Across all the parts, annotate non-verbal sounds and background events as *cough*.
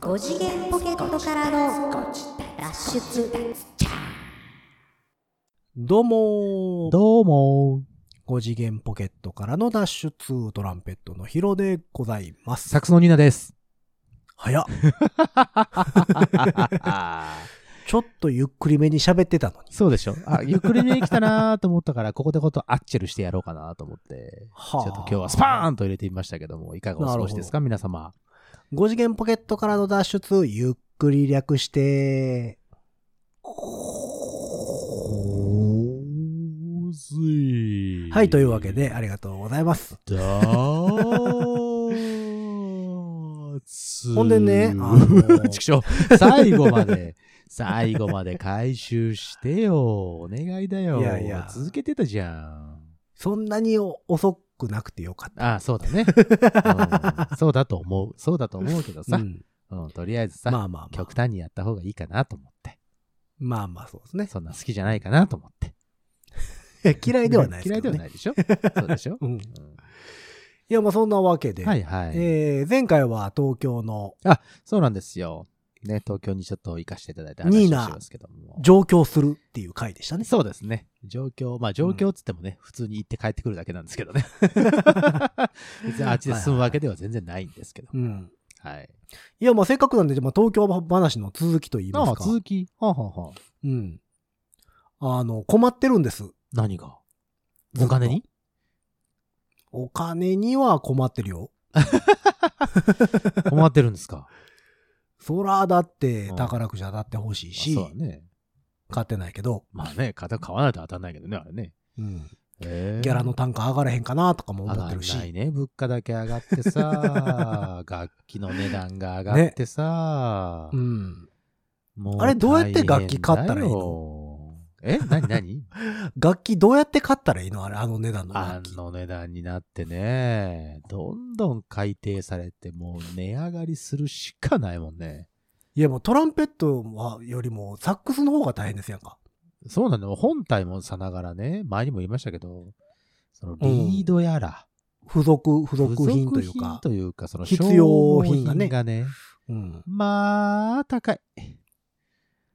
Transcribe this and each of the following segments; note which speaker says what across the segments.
Speaker 1: 5次元ポケットからの脱出
Speaker 2: どうもー
Speaker 3: どうも
Speaker 2: 5次元ポケットからの脱出トランペットのヒロでございます。
Speaker 3: サックスのニーナです。
Speaker 2: 早
Speaker 3: *laughs*
Speaker 2: っちょっとゆっくりめに喋ってたのに。
Speaker 3: そうでしょ。
Speaker 2: *laughs*
Speaker 3: あ、ゆっくりめに来たなーと思ったから、ここでことアッチェルしてやろうかなと思って、ち
Speaker 2: は
Speaker 3: ょ
Speaker 2: あ
Speaker 3: っと今日はスパーンと入れてみましたけども、いかがお過ごしですか、皆様。
Speaker 2: 5次元ポケットからの脱出、ゆっくり略して、はい、というわけ。でありがとうございます。
Speaker 3: だーつ
Speaker 2: ほんでねあの *laughs* ー
Speaker 3: ちくしょう最後まで、最後まで回収してよ。お願いだよ。
Speaker 2: いやいや
Speaker 3: 続けてたじゃん。
Speaker 2: そんなに遅くなくてよかっ
Speaker 3: ああ、そうだね、うんそうだと思う。そうだと思うけど
Speaker 2: た。
Speaker 3: さ
Speaker 2: う、ん
Speaker 3: うんとりあえずさ、
Speaker 2: まあまあまあ。
Speaker 3: 極端にやった方がいいかなと思って。
Speaker 2: まあまあそうですね。
Speaker 3: そんな好きじゃないかなと思って。
Speaker 2: いや *laughs* 嫌いではないです
Speaker 3: 嫌
Speaker 2: け
Speaker 3: いで
Speaker 2: ど
Speaker 3: は
Speaker 2: ね。
Speaker 3: ないでしょそうでしょ、
Speaker 2: *laughs* うん。い
Speaker 3: うん
Speaker 2: や、まあそんなわけで。
Speaker 3: はいはい、
Speaker 2: えー前回は東京の
Speaker 3: そうなんですよ。ね、東京にちょっと行かせていただいて
Speaker 2: ニー
Speaker 3: 話を
Speaker 2: ナ
Speaker 3: しますけども。
Speaker 2: 上京するっていう回でしたね。
Speaker 3: そうですね。状況、まあ状況っつってもね、普通に行って帰ってくるだけなんですけど
Speaker 2: *laughs*
Speaker 3: ね。別にあっちで進むわけでは全然ないんですけど。
Speaker 2: うん。
Speaker 3: はい。
Speaker 2: いや、まあせっかくなんで、まあ、東京話の続きと言いま
Speaker 3: あ
Speaker 2: す
Speaker 3: あ、
Speaker 2: か。
Speaker 3: 続き。はあ、はあはあ、
Speaker 2: うん。あの、困ってるんです。
Speaker 3: 何が
Speaker 2: ずっ
Speaker 3: お
Speaker 2: と
Speaker 3: 金 *laughs* に
Speaker 2: お金には困ってるよ。
Speaker 3: 困ってるんですか
Speaker 2: そら、だって
Speaker 3: うん
Speaker 2: 宝くじ当たってほしいし
Speaker 3: あ、そうだね。
Speaker 2: 買ってないけど、
Speaker 3: まあね、型買わないと当たんないけどね、あれね。
Speaker 2: うん。
Speaker 3: え
Speaker 2: ギャラの単価上がらへんかなとかも
Speaker 3: 上
Speaker 2: 思っ
Speaker 3: が
Speaker 2: て
Speaker 3: ん
Speaker 2: るし。
Speaker 3: ないね。物価だけ上がってさ、 *laughs* 楽器の値段が上がってさ、
Speaker 2: うん。
Speaker 3: も
Speaker 2: あれどうやって
Speaker 3: 大
Speaker 2: 楽
Speaker 3: 変
Speaker 2: 器買ったらいいの
Speaker 3: だよ
Speaker 2: *laughs*
Speaker 3: え何何
Speaker 2: 楽器どうやって買ったらいいのあれ、あの値段の
Speaker 3: あ
Speaker 2: 楽器。
Speaker 3: の値段になってね、どんどん改定されて、もう値上がりするしかないもんね。
Speaker 2: いや、もうトランペットはよりもサックスの方が大変ですやんか。
Speaker 3: そうなの本体もさながらね、前にも言いましたけど、そのリードやら、
Speaker 2: 付属、付属
Speaker 3: 付属
Speaker 2: 品
Speaker 3: 品
Speaker 2: というか。
Speaker 3: というか、その
Speaker 2: 必要品がね
Speaker 3: 消耗がね、
Speaker 2: うん。
Speaker 3: まあ、高い。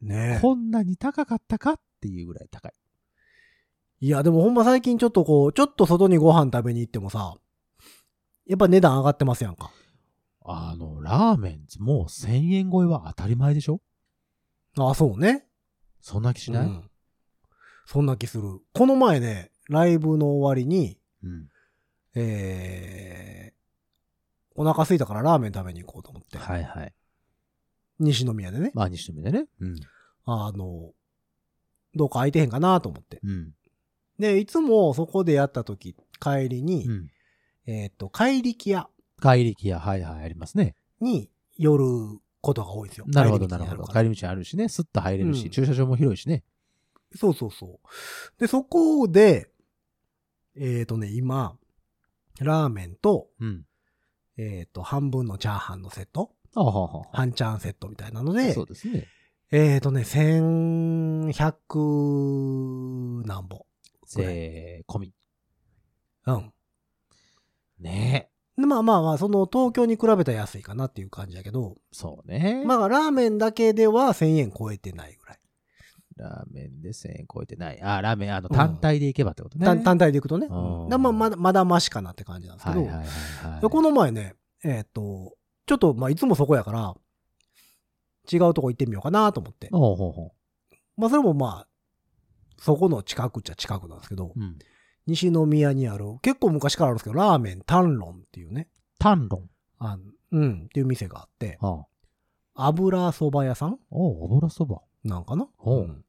Speaker 2: ねえ
Speaker 3: こんなに高かったかっていうぐらい高い。
Speaker 2: いや、でもほんま最近ちょっとこう、ちょっと外にご飯食べに行ってもさ、やっぱ値段上がってますやんか。
Speaker 3: あの、ラーメン、もう1000円超えは当たり前でしょ
Speaker 2: あ、そうね。
Speaker 3: そんな気しない、
Speaker 2: うんそんな気する。この前ね、ライブの終わりに、
Speaker 3: うん
Speaker 2: えー、お腹空いたからラーメン食べに行こうと思って、
Speaker 3: はいはい。
Speaker 2: 西宮でね、
Speaker 3: まあ、にしてみてね。うん。
Speaker 2: あの、どうか空いてへんかなと思って。
Speaker 3: うん。
Speaker 2: で、いつもそこでやった時、帰りに、
Speaker 3: うん。
Speaker 2: えーっと、怪力屋
Speaker 3: 怪力や、はいはい、ありますね。
Speaker 2: に寄ることが多いですよ。
Speaker 3: なるほど、
Speaker 2: 怪力
Speaker 3: なる
Speaker 2: にあ
Speaker 3: ほど。
Speaker 2: から
Speaker 3: 帰り道あるしね、スッと入れるし、
Speaker 2: うん
Speaker 3: 駐車場も広いしね。
Speaker 2: そうそうそう。で、そこで、えっ、ー、とね、今、ラーメンと、
Speaker 3: うん。
Speaker 2: えっ、と、半分のチャーハンのセット、
Speaker 3: あははは
Speaker 2: 半チャンセットみたいなので
Speaker 3: そう、ですね。
Speaker 2: えっ、ー、とね、1100何本。ぐらい
Speaker 3: 税込み。
Speaker 2: うん。
Speaker 3: ね
Speaker 2: でまあまあまあ、その東京に比べたら安いかなっていう感じだけど、
Speaker 3: そうね。
Speaker 2: まあラーメンだけでは1000円超えてないぐらい。
Speaker 3: ラーメンで1000円超えてない。あ、ラーメン、あの、
Speaker 2: うん
Speaker 3: 単体で行けばってことね。
Speaker 2: 単単体でいくとね。
Speaker 3: うん
Speaker 2: だまあまだ、まだマシかなって感じなんですけ
Speaker 3: はい
Speaker 2: ど、
Speaker 3: はいはいはい。
Speaker 2: でこの前ね、えっ、と、ちょっと、まあ、いつもそこやから、違うとこ行ってみようかなと思って。
Speaker 3: ほうほうほ
Speaker 2: まあ、それもまあ、そこの近くっちゃ近くなんですけど
Speaker 3: う。、うん。
Speaker 2: 西宮にある、結構昔からあるんですけど、ラーメン単論っていうね、
Speaker 3: 単論。
Speaker 2: あのうん、っていう店があって、
Speaker 3: ああ。
Speaker 2: 油そば屋さん
Speaker 3: おう、油そば。
Speaker 2: なんかな
Speaker 3: ほうん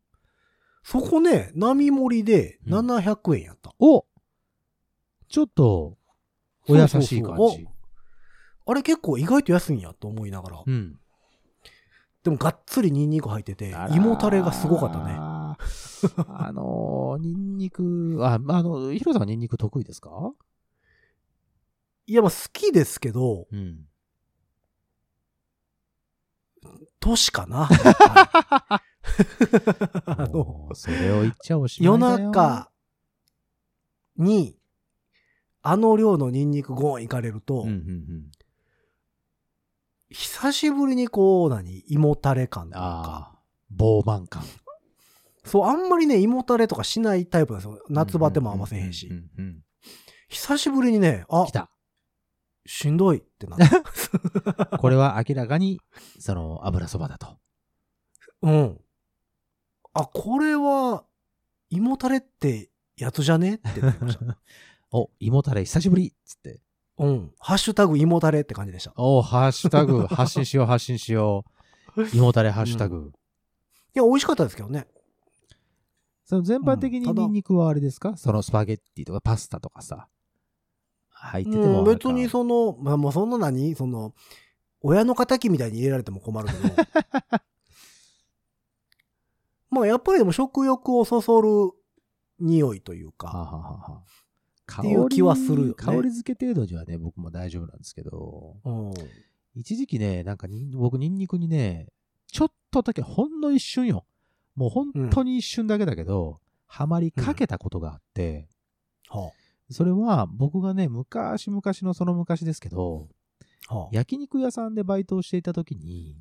Speaker 2: そこね、並盛りで
Speaker 3: うん
Speaker 2: 700円やった。
Speaker 3: おちょっと、お優しい
Speaker 2: そう
Speaker 3: 感
Speaker 2: そうそう
Speaker 3: じ。
Speaker 2: あれ結構意外と安いんやと思いながら、
Speaker 3: うん。
Speaker 2: でもがっつりニンニク入ってて、胃もたれがすごかったね。
Speaker 3: ね。あのー、ニンニク、あ、まああの、ヒロさんはニンニク得意ですか
Speaker 2: いや、まあ好きですけど、
Speaker 3: うん。
Speaker 2: 年かな。 *laughs* あの、
Speaker 3: もうそれを言っちゃおしま
Speaker 2: 夜
Speaker 3: いだよ。
Speaker 2: 中に、あの量のニンニクゴーン行かれると、
Speaker 3: うんうんうん。
Speaker 2: 久しぶりにこう、何胃もたれ感というか。
Speaker 3: ああ、傲慢感。
Speaker 2: そう、あんまりね、胃もたれとかしないタイプなんですよ。夏バテも合わせへんし
Speaker 3: う。んうんうん
Speaker 2: 久しぶりにね、
Speaker 3: う
Speaker 2: あ
Speaker 3: ん。来、た。
Speaker 2: しんどいってなった。
Speaker 3: *laughs* これは明らかに、その、油そばだ *laughs* と。
Speaker 2: うん。あ、これは、胃もたれってやつじゃねってなりま
Speaker 3: *laughs*
Speaker 2: した。
Speaker 3: お、胃もたれ久しぶりっつって。
Speaker 2: うん。ハッシュタグ胃もたれって感じでした。い
Speaker 3: お、ハッシュタ *laughs* グ、発信しよう、発信しよう。胃もたれハッシュタグ。
Speaker 2: や、美味しかったですけどね。
Speaker 3: その全般的
Speaker 2: うん
Speaker 3: に
Speaker 2: ただ
Speaker 3: ニンニクはあれですか、そのスパゲッティとかパスタとかさ。入ってて
Speaker 2: うん、
Speaker 3: もあれか
Speaker 2: 別にその、まあもうそんな何その、親の仇みたいに入れられても困るけど。 *laughs* まあやっぱりでも食欲をそそる匂いという
Speaker 3: はあ
Speaker 2: か。
Speaker 3: はあはあはあ
Speaker 2: っていう気はするよね
Speaker 3: 香り香り付け程度じゃね、僕も大丈夫なんですけど、
Speaker 2: うん。
Speaker 3: 一時期ね、なんかにん僕ニンニクにね、ちょっとだけ、ほんの一瞬よ。もう本当に一瞬だけだけど、ハマりかけたことがあって、
Speaker 2: は
Speaker 3: それは僕がね、昔々のその昔ですけど、
Speaker 2: あ。はあ。
Speaker 3: 焼肉屋さんでバイトをしていた時に、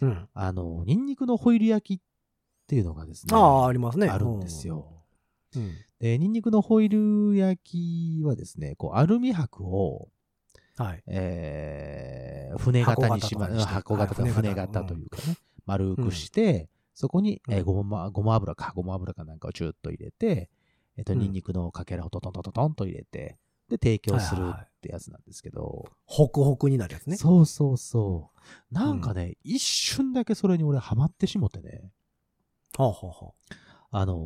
Speaker 2: うん。
Speaker 3: あの、ニンニクのホイル焼きっていうのがですね、
Speaker 2: ああ、ありますね。
Speaker 3: あるんですよ。
Speaker 2: うん。
Speaker 3: で、ニンニクのホイル焼きはですね、こう、アルミ箔を、
Speaker 2: うんはい。
Speaker 3: えー、船型にし
Speaker 2: 箱型と
Speaker 3: ま
Speaker 2: かにして
Speaker 3: 箱型とか
Speaker 2: はい
Speaker 3: 船
Speaker 2: 船型
Speaker 3: 型というかね、丸くして、そこに、えーごま、ごま油か、ごま油かなんかをチューッと入れて、えっ、と、
Speaker 2: うん
Speaker 3: ニンニクのかけらをトントントントントンと入れて、で、提供する
Speaker 2: はいはいはい
Speaker 3: ってやつなんですけど、
Speaker 2: ホクホクになるやつね。
Speaker 3: そうそうそう。なんかね、一瞬だけそれに俺ハマってしもてね。
Speaker 2: はあ、はあは
Speaker 3: あの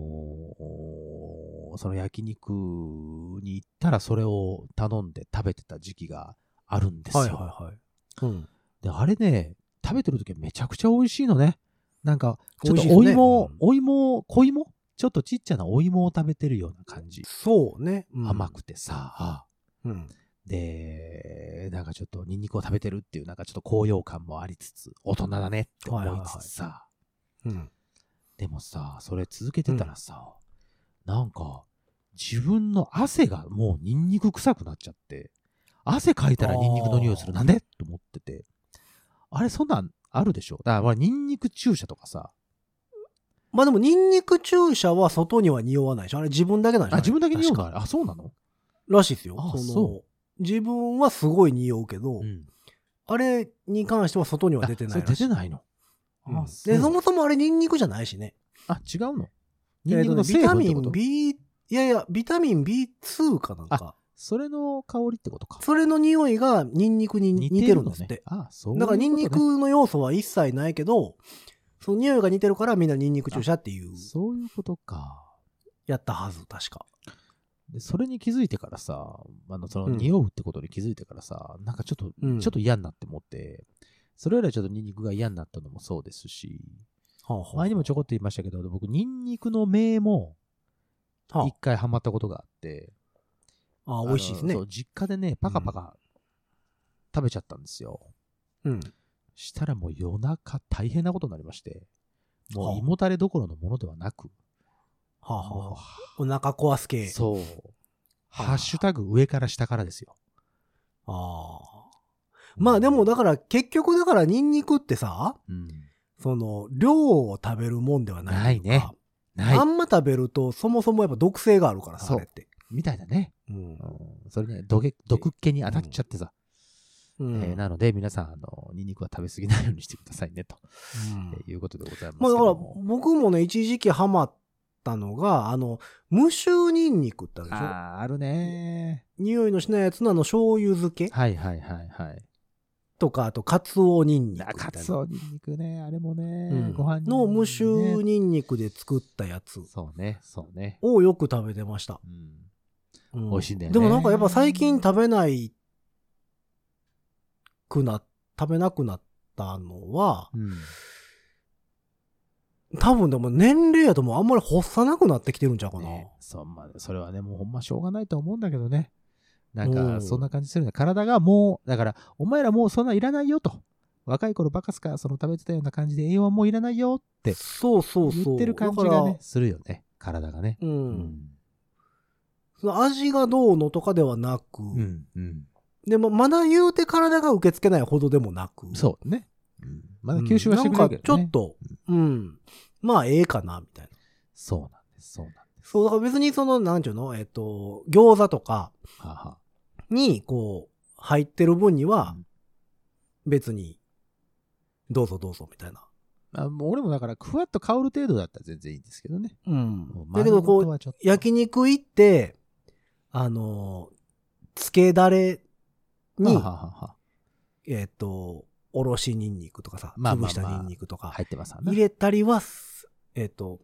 Speaker 3: ーその焼肉に行ったらそれを頼んで食べてた時期があるんです
Speaker 2: あ、
Speaker 3: よ。
Speaker 2: はいはいはい。うん。
Speaker 3: で、あれね、食べてる時はめちゃくちゃ美味しいのね。なんか、ちょっ
Speaker 2: 美味
Speaker 3: と
Speaker 2: しいです
Speaker 3: お
Speaker 2: ね
Speaker 3: 芋、
Speaker 2: うん
Speaker 3: お芋、小芋ちょっとちっちゃなお芋を食べてるような感じ。
Speaker 2: そうね。うん
Speaker 3: 甘。くてさ、
Speaker 2: うん。
Speaker 3: で、なんかちょっとニンニクを食べてるっていう、なんかちょっと高揚感もありつつ、大人だねって思いつつさ、
Speaker 2: うん。
Speaker 3: でもさ、それ続けてたらさ、なんか、自分の汗がもうニンニク臭くなっちゃって、汗かいたらニンニクの匂いする。
Speaker 2: あー
Speaker 3: なんでと思ってて。あれ、そんなんあるでしょだから、まあニンニク注射とかさ、
Speaker 2: まあでも、ニンニク注射は外には匂わないでしょあれ自分だけなんでしょ
Speaker 3: あ、自分だけ匂う
Speaker 2: 確
Speaker 3: の
Speaker 2: か
Speaker 3: あれあ、そうなの
Speaker 2: らしいですよ。そ
Speaker 3: あ
Speaker 2: の
Speaker 3: そ
Speaker 2: 自分はすごい匂うけど、
Speaker 3: ん。
Speaker 2: あれに関しては外には出てない
Speaker 3: あそれ
Speaker 2: ら
Speaker 3: 出
Speaker 2: しい。
Speaker 3: てないの。
Speaker 2: うん
Speaker 3: あ、
Speaker 2: で、そ
Speaker 3: の、
Speaker 2: もそもあれニンニクじゃないしね。
Speaker 3: あ、違うの
Speaker 2: え
Speaker 3: ニン
Speaker 2: ーと
Speaker 3: ニク
Speaker 2: ね
Speaker 3: の成分っ
Speaker 2: ビタ
Speaker 3: てこ
Speaker 2: ミン
Speaker 3: と
Speaker 2: B、いやいや、ビタミン B2 かなんか。
Speaker 3: それの香りってことか。
Speaker 2: それの匂いがニンニクに似てるんですって。
Speaker 3: のね。あ、そういう
Speaker 2: だ
Speaker 3: こと
Speaker 2: から
Speaker 3: ね。
Speaker 2: ニンニクの要素は一切ないけど、その匂いが似てるからみんなニンニク注射っていう、
Speaker 3: そういうことか。
Speaker 2: やったはず、確か。
Speaker 3: で、それに気づいてからさ、あの、その、
Speaker 2: うん
Speaker 3: 匂うってことに気づいてからさ、なんかちょっと、
Speaker 2: うん
Speaker 3: ちょっと嫌になって思って、それよりはちょっとニンニクが嫌になったのもそうですし、
Speaker 2: はあはあ
Speaker 3: 前にもちょこっと言いましたけど、僕、ニンニクの芽も
Speaker 2: は
Speaker 3: 一回ハマったことがあって、
Speaker 2: あ、あ美味しいです
Speaker 3: あ
Speaker 2: ね
Speaker 3: のそ。う実家でね、パカパカ食べちゃったんですよ。
Speaker 2: うん。
Speaker 3: したらもう夜中大変なことになりまして、も
Speaker 2: は
Speaker 3: う
Speaker 2: あ
Speaker 3: 胃もたれどころのものではなく、
Speaker 2: はあ
Speaker 3: もう
Speaker 2: はあお腹壊す系。
Speaker 3: そう、
Speaker 2: はあ
Speaker 3: ハッシュタグ上から下からですよ。
Speaker 2: ああ。まあでもだから結局だからニンニクってさ、
Speaker 3: うん、
Speaker 2: その量を食べるもんではないとうか
Speaker 3: ないね。ない
Speaker 2: あんま食べるとそもそもやっぱ毒性があるから
Speaker 3: そ
Speaker 2: さ、
Speaker 3: う
Speaker 2: あれって。
Speaker 3: みたいだね。
Speaker 2: うん
Speaker 3: うん、それね、毒毒っ気に当たっちゃってさ。
Speaker 2: うん
Speaker 3: えーなので、皆さん、あの、ニンニクは食べ過ぎないようにしてくださいね、と、
Speaker 2: うん
Speaker 3: えーいうことでございますけ
Speaker 2: まあだから
Speaker 3: ども。
Speaker 2: 僕もね、一時期ハマったのが、あの、無臭ニンニクってあるでしょ
Speaker 3: ああー、あるね
Speaker 2: 匂いのしないやつのあの醤油漬け
Speaker 3: ー。はいはいはいはい。
Speaker 2: とか、あとカツオニンニクみ
Speaker 3: な
Speaker 2: たいな。
Speaker 3: カツオニンニクね、あれもね、
Speaker 2: うん
Speaker 3: ご飯に、ね。
Speaker 2: の無臭ニンニクで作ったやつ
Speaker 3: そうね、そうね。
Speaker 2: をよく食べてました。
Speaker 3: うん、
Speaker 2: うん
Speaker 3: 美味しいんだよね
Speaker 2: でもなんかやっぱ最近食べないくな、食べなくなったのは、
Speaker 3: うん
Speaker 2: 多分でも年齢やともうあんまり発さなくなってきてるんちゃうかな。
Speaker 3: ね、そんまそれはね、もうほんましょうがないと思うんだけどね。なん
Speaker 2: う
Speaker 3: か、
Speaker 2: ん
Speaker 3: そんな感じするね。体がもう、だから、お前らもうそんないらないよと。若い頃バカすか、その食べてたような感じで栄養はもういらないよって
Speaker 2: そうそうそう。
Speaker 3: 言ってる感じ
Speaker 2: だか
Speaker 3: が
Speaker 2: ら
Speaker 3: ね、するよね。体がね。
Speaker 2: う。
Speaker 3: うん
Speaker 2: その味がどうのとかではなく、
Speaker 3: うん。うん。
Speaker 2: でも、まだ言うて体が受け付けないほどでもなく。
Speaker 3: そうね。うんま
Speaker 2: う
Speaker 3: だ
Speaker 2: ん。
Speaker 3: 吸収はしてくれるけど、
Speaker 2: な
Speaker 3: ね
Speaker 2: んかちょっと、うん。まあ、ええかな、みたいな。
Speaker 3: そうなんです。そうなんです。
Speaker 2: そう、だから別にその、なんちゅうの、えっと、餃子とか
Speaker 3: はあはあ
Speaker 2: に、こう、入ってる分には
Speaker 3: うん、
Speaker 2: 別に、どうぞどうぞ、みたいな。
Speaker 3: あもう俺もだから、くわっと香る程度だったら全然いいんですけどね。
Speaker 2: うん。だけど、こう、
Speaker 3: う、
Speaker 2: 焼肉行って、あの、つけだれに、
Speaker 3: はあはあはあは
Speaker 2: えっ、と、おろしにんにくとかさ、
Speaker 3: まあまあまあ
Speaker 2: 潰したにんにくと
Speaker 3: あ
Speaker 2: か、
Speaker 3: 入ってますわね
Speaker 2: 入れたりはす、えっ、と、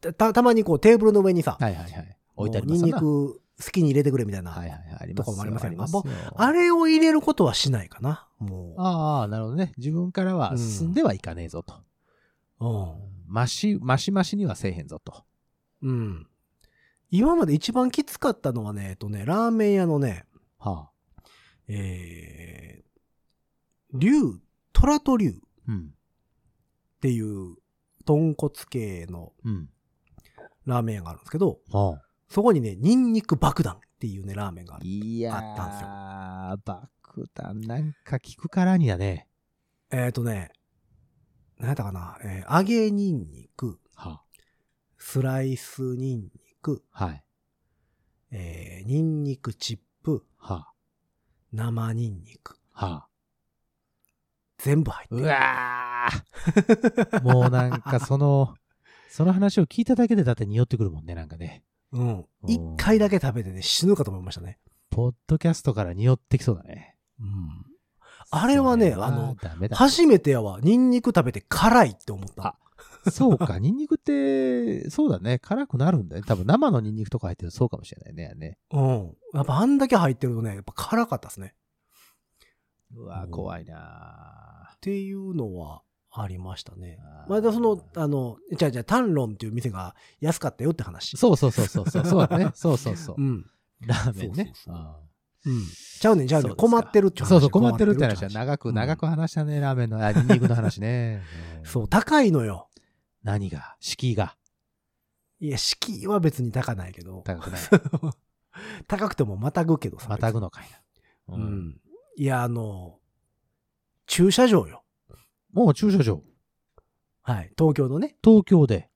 Speaker 2: たた、たまにこうテーブルの上にさ、
Speaker 3: はいはいはい。
Speaker 2: もう
Speaker 3: 置いてありま
Speaker 2: に
Speaker 3: す
Speaker 2: んに
Speaker 3: わな。
Speaker 2: く好きに入れてくれみたいな。
Speaker 3: はいはいはい。あり
Speaker 2: と
Speaker 3: ま
Speaker 2: かも
Speaker 3: すよ。
Speaker 2: ありません
Speaker 3: ありますよ
Speaker 2: あれを入れることはしないかな。も
Speaker 3: ああ、なるほどね。自分からは進んではいかねえぞと。
Speaker 2: う。
Speaker 3: マシ、マシマシにはせえへんぞと。
Speaker 2: うん。うん。今まで一番きつかったのはね、えっとね、ラーメン屋のね、
Speaker 3: はあ。
Speaker 2: えー、竜、虎と竜っ
Speaker 3: うん。
Speaker 2: ていう、豚骨系の
Speaker 3: うん。
Speaker 2: ラーメン屋があるんですけど、
Speaker 3: は
Speaker 2: そこにね、ニンニク爆弾っていうね、ラーメンがあ
Speaker 3: あ。
Speaker 2: る。
Speaker 3: いやー、
Speaker 2: あったんすよ
Speaker 3: 爆弾なんか聞くからにはね。
Speaker 2: えっ、ー、とね、何やったかな、えー揚げニンニク、
Speaker 3: は
Speaker 2: スライスニンニク、
Speaker 3: あ。はい。
Speaker 2: えー、ニンニクチップ、
Speaker 3: は
Speaker 2: 生ニンニク。
Speaker 3: あ。はあ。
Speaker 2: 全部入って
Speaker 3: う
Speaker 2: る。
Speaker 3: わーもうなんかその、その話を聞いただけでだって匂ってくるもんね、なんかね。
Speaker 2: うん。
Speaker 3: おー
Speaker 2: 一回だけ食べてね、死ぬかと思いましたね。
Speaker 3: ポッドキャストから匂ってきそうだね。
Speaker 2: うん。あれはね
Speaker 3: そ
Speaker 2: あの
Speaker 3: ダメだ。
Speaker 2: 初めてやわ、ニンニク食べて辛いって思った。
Speaker 3: そうか、ニンニクって、そうだね、辛くなるんだね。多分生のニンニクとか入ってるとそうかもしれないね。ね
Speaker 2: うん。やっぱあんだけ入ってるとね、やっぱ辛かったですね。
Speaker 3: う
Speaker 2: わ
Speaker 3: わ、
Speaker 2: 怖
Speaker 3: 怖いな
Speaker 2: っていうのはありましたね。
Speaker 3: あー
Speaker 2: またその、あの、じゃあじゃあ、タンロンっていう店が安かったよって話。
Speaker 3: そうそうそうそうそう、そう
Speaker 2: *laughs*
Speaker 3: だね。そうそうそう
Speaker 2: う。ん。
Speaker 3: ラーメンね。
Speaker 2: そうそうそう
Speaker 3: あ
Speaker 2: うん。ちゃうねん、ちゃう
Speaker 3: そ
Speaker 2: ね。
Speaker 3: うんですか
Speaker 2: 困ってるって
Speaker 3: ー
Speaker 2: 話。
Speaker 3: そうそう、困ってるって話は長
Speaker 2: う
Speaker 3: く
Speaker 2: ん
Speaker 3: 長く話したね、ラーメンの、あ、ニンニクの話ね。う
Speaker 2: *laughs*
Speaker 3: ん
Speaker 2: そう、高いのよ。
Speaker 3: 何が敷居が
Speaker 2: いや、敷居は別に高ないけど、
Speaker 3: 高
Speaker 2: *laughs*
Speaker 3: くない。
Speaker 2: 高くてもまたぐけどさ。
Speaker 3: またぐのかいな。
Speaker 2: う
Speaker 3: うん
Speaker 2: ん。いや、あの、駐車場よ。
Speaker 3: もう駐車場。
Speaker 2: はい。東京のね。
Speaker 3: 東京で。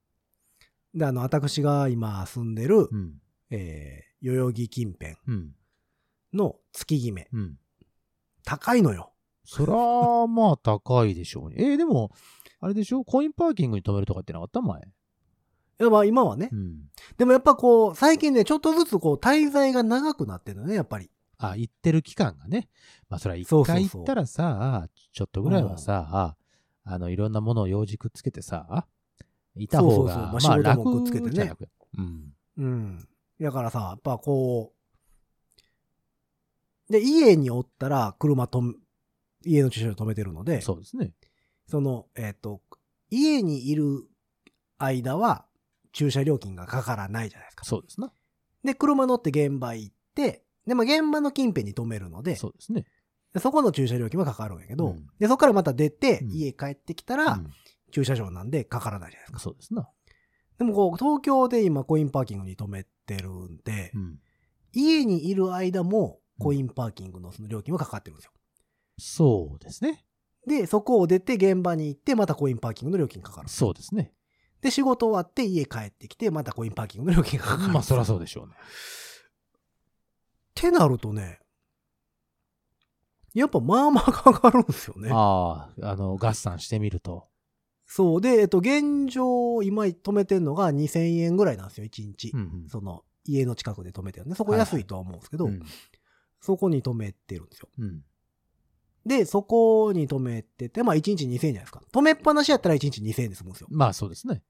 Speaker 2: で、あの、私が今住んでる、
Speaker 3: うん。
Speaker 2: えー、代々木近辺
Speaker 3: うん。
Speaker 2: の月決め。
Speaker 3: うん。
Speaker 2: 高いのよ。
Speaker 3: そら、まあ、高いでしょうね。えーでも、あれでしょコインパーキングに止めるとか言ってなかった前。
Speaker 2: いやまあ今はね
Speaker 3: う。ん。
Speaker 2: でもやっぱこう、最近ね、ちょっとずつこう、滞在が長くなってるのね、やっぱり。
Speaker 3: あ、行ってる期間がね。まあ、それは一
Speaker 2: そうそうそう
Speaker 3: 回行ったらさ、ちょっとぐらいはさ、あの、いろんなものを用事くっつけてさ、いた方が、
Speaker 2: そうそうそうまあ仕事も
Speaker 3: 楽
Speaker 2: くっつけてね
Speaker 3: じゃ楽うん。
Speaker 2: うん。だからさ、やっぱこう、で、家におったら、車とん、家の駐車場止めてるので、そ
Speaker 3: そうですね。
Speaker 2: の、えっ、と、家にいる間は、駐車料金がかからないじゃないですか。
Speaker 3: そうですな。
Speaker 2: で、車乗って現場行って、で、まあ、現場の近辺に止めるので、
Speaker 3: そうですね。
Speaker 2: でそこの駐車料金はかかるんやけど、
Speaker 3: うん
Speaker 2: で、そこからまた出て、
Speaker 3: うん
Speaker 2: 家帰ってきたら、
Speaker 3: うん
Speaker 2: 駐車場なんでかからないじゃないですか。
Speaker 3: そうですな。
Speaker 2: でもこう、東京で今コインパーキングに止めてるんで、
Speaker 3: うん。
Speaker 2: 家にいる間もコインパーキングのその料金はかかってるんですよ。
Speaker 3: そうですね。
Speaker 2: で、そこを出て現場に行って、またコインパーキングの料金かかる。
Speaker 3: そうですね。
Speaker 2: で、仕事終わって家帰ってきて、またコインパーキングの料金がかかる。
Speaker 3: まあ、そらそう
Speaker 2: っ
Speaker 3: でしょうね。
Speaker 2: てなるとね、やっぱまあまあかかるんですよね。
Speaker 3: ああ、あの、合算してみると。
Speaker 2: そう。で、えっと、現状、今止めてんのが2000円ぐらいなんですよ、1日。
Speaker 3: うん
Speaker 2: その、家の近くで止めてるね。そこ安いとは思うんですけど、
Speaker 3: うん。
Speaker 2: そこに止めてるんですよ。
Speaker 3: うん。
Speaker 2: で、そこに止めてて、まあ1日2000円じゃないですか。止めっぱなしやったら1日2000円で済むんですよ。
Speaker 3: まあ、そうですね。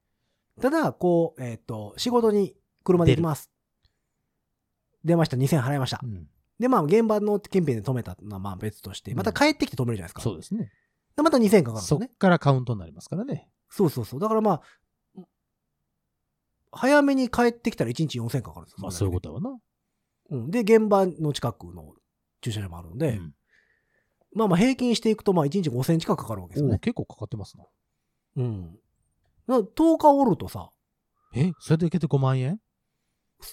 Speaker 2: ただ、こう、えっ、と、仕事に車で行きます。出ました、2000払いました。
Speaker 3: うん。
Speaker 2: で、まあ、現場の近辺で止めたのはまあ別として、
Speaker 3: うん
Speaker 2: また帰ってきて止めるじゃないですか。
Speaker 3: そうですね。
Speaker 2: で、また2000円かかるんです
Speaker 3: そ
Speaker 2: よ
Speaker 3: っ
Speaker 2: ね。
Speaker 3: からカウントになりますからね。
Speaker 2: そうそうそう。だからまあ、早めに帰ってきたら1日4000円かかるんですよ。
Speaker 3: まあ
Speaker 2: そ
Speaker 3: そうい
Speaker 2: れ
Speaker 3: う
Speaker 2: だ
Speaker 3: こ
Speaker 2: け
Speaker 3: とはな。
Speaker 2: で。うん。で、現場の近くの駐車場もあるので、
Speaker 3: うん
Speaker 2: まあまあ平均していくと、まあ1日5000円近くかかるわけですよ
Speaker 3: おう
Speaker 2: ね。
Speaker 3: 結構かかってますな。
Speaker 2: うん。だから10日おるとさ、
Speaker 3: え、それでいけて5万円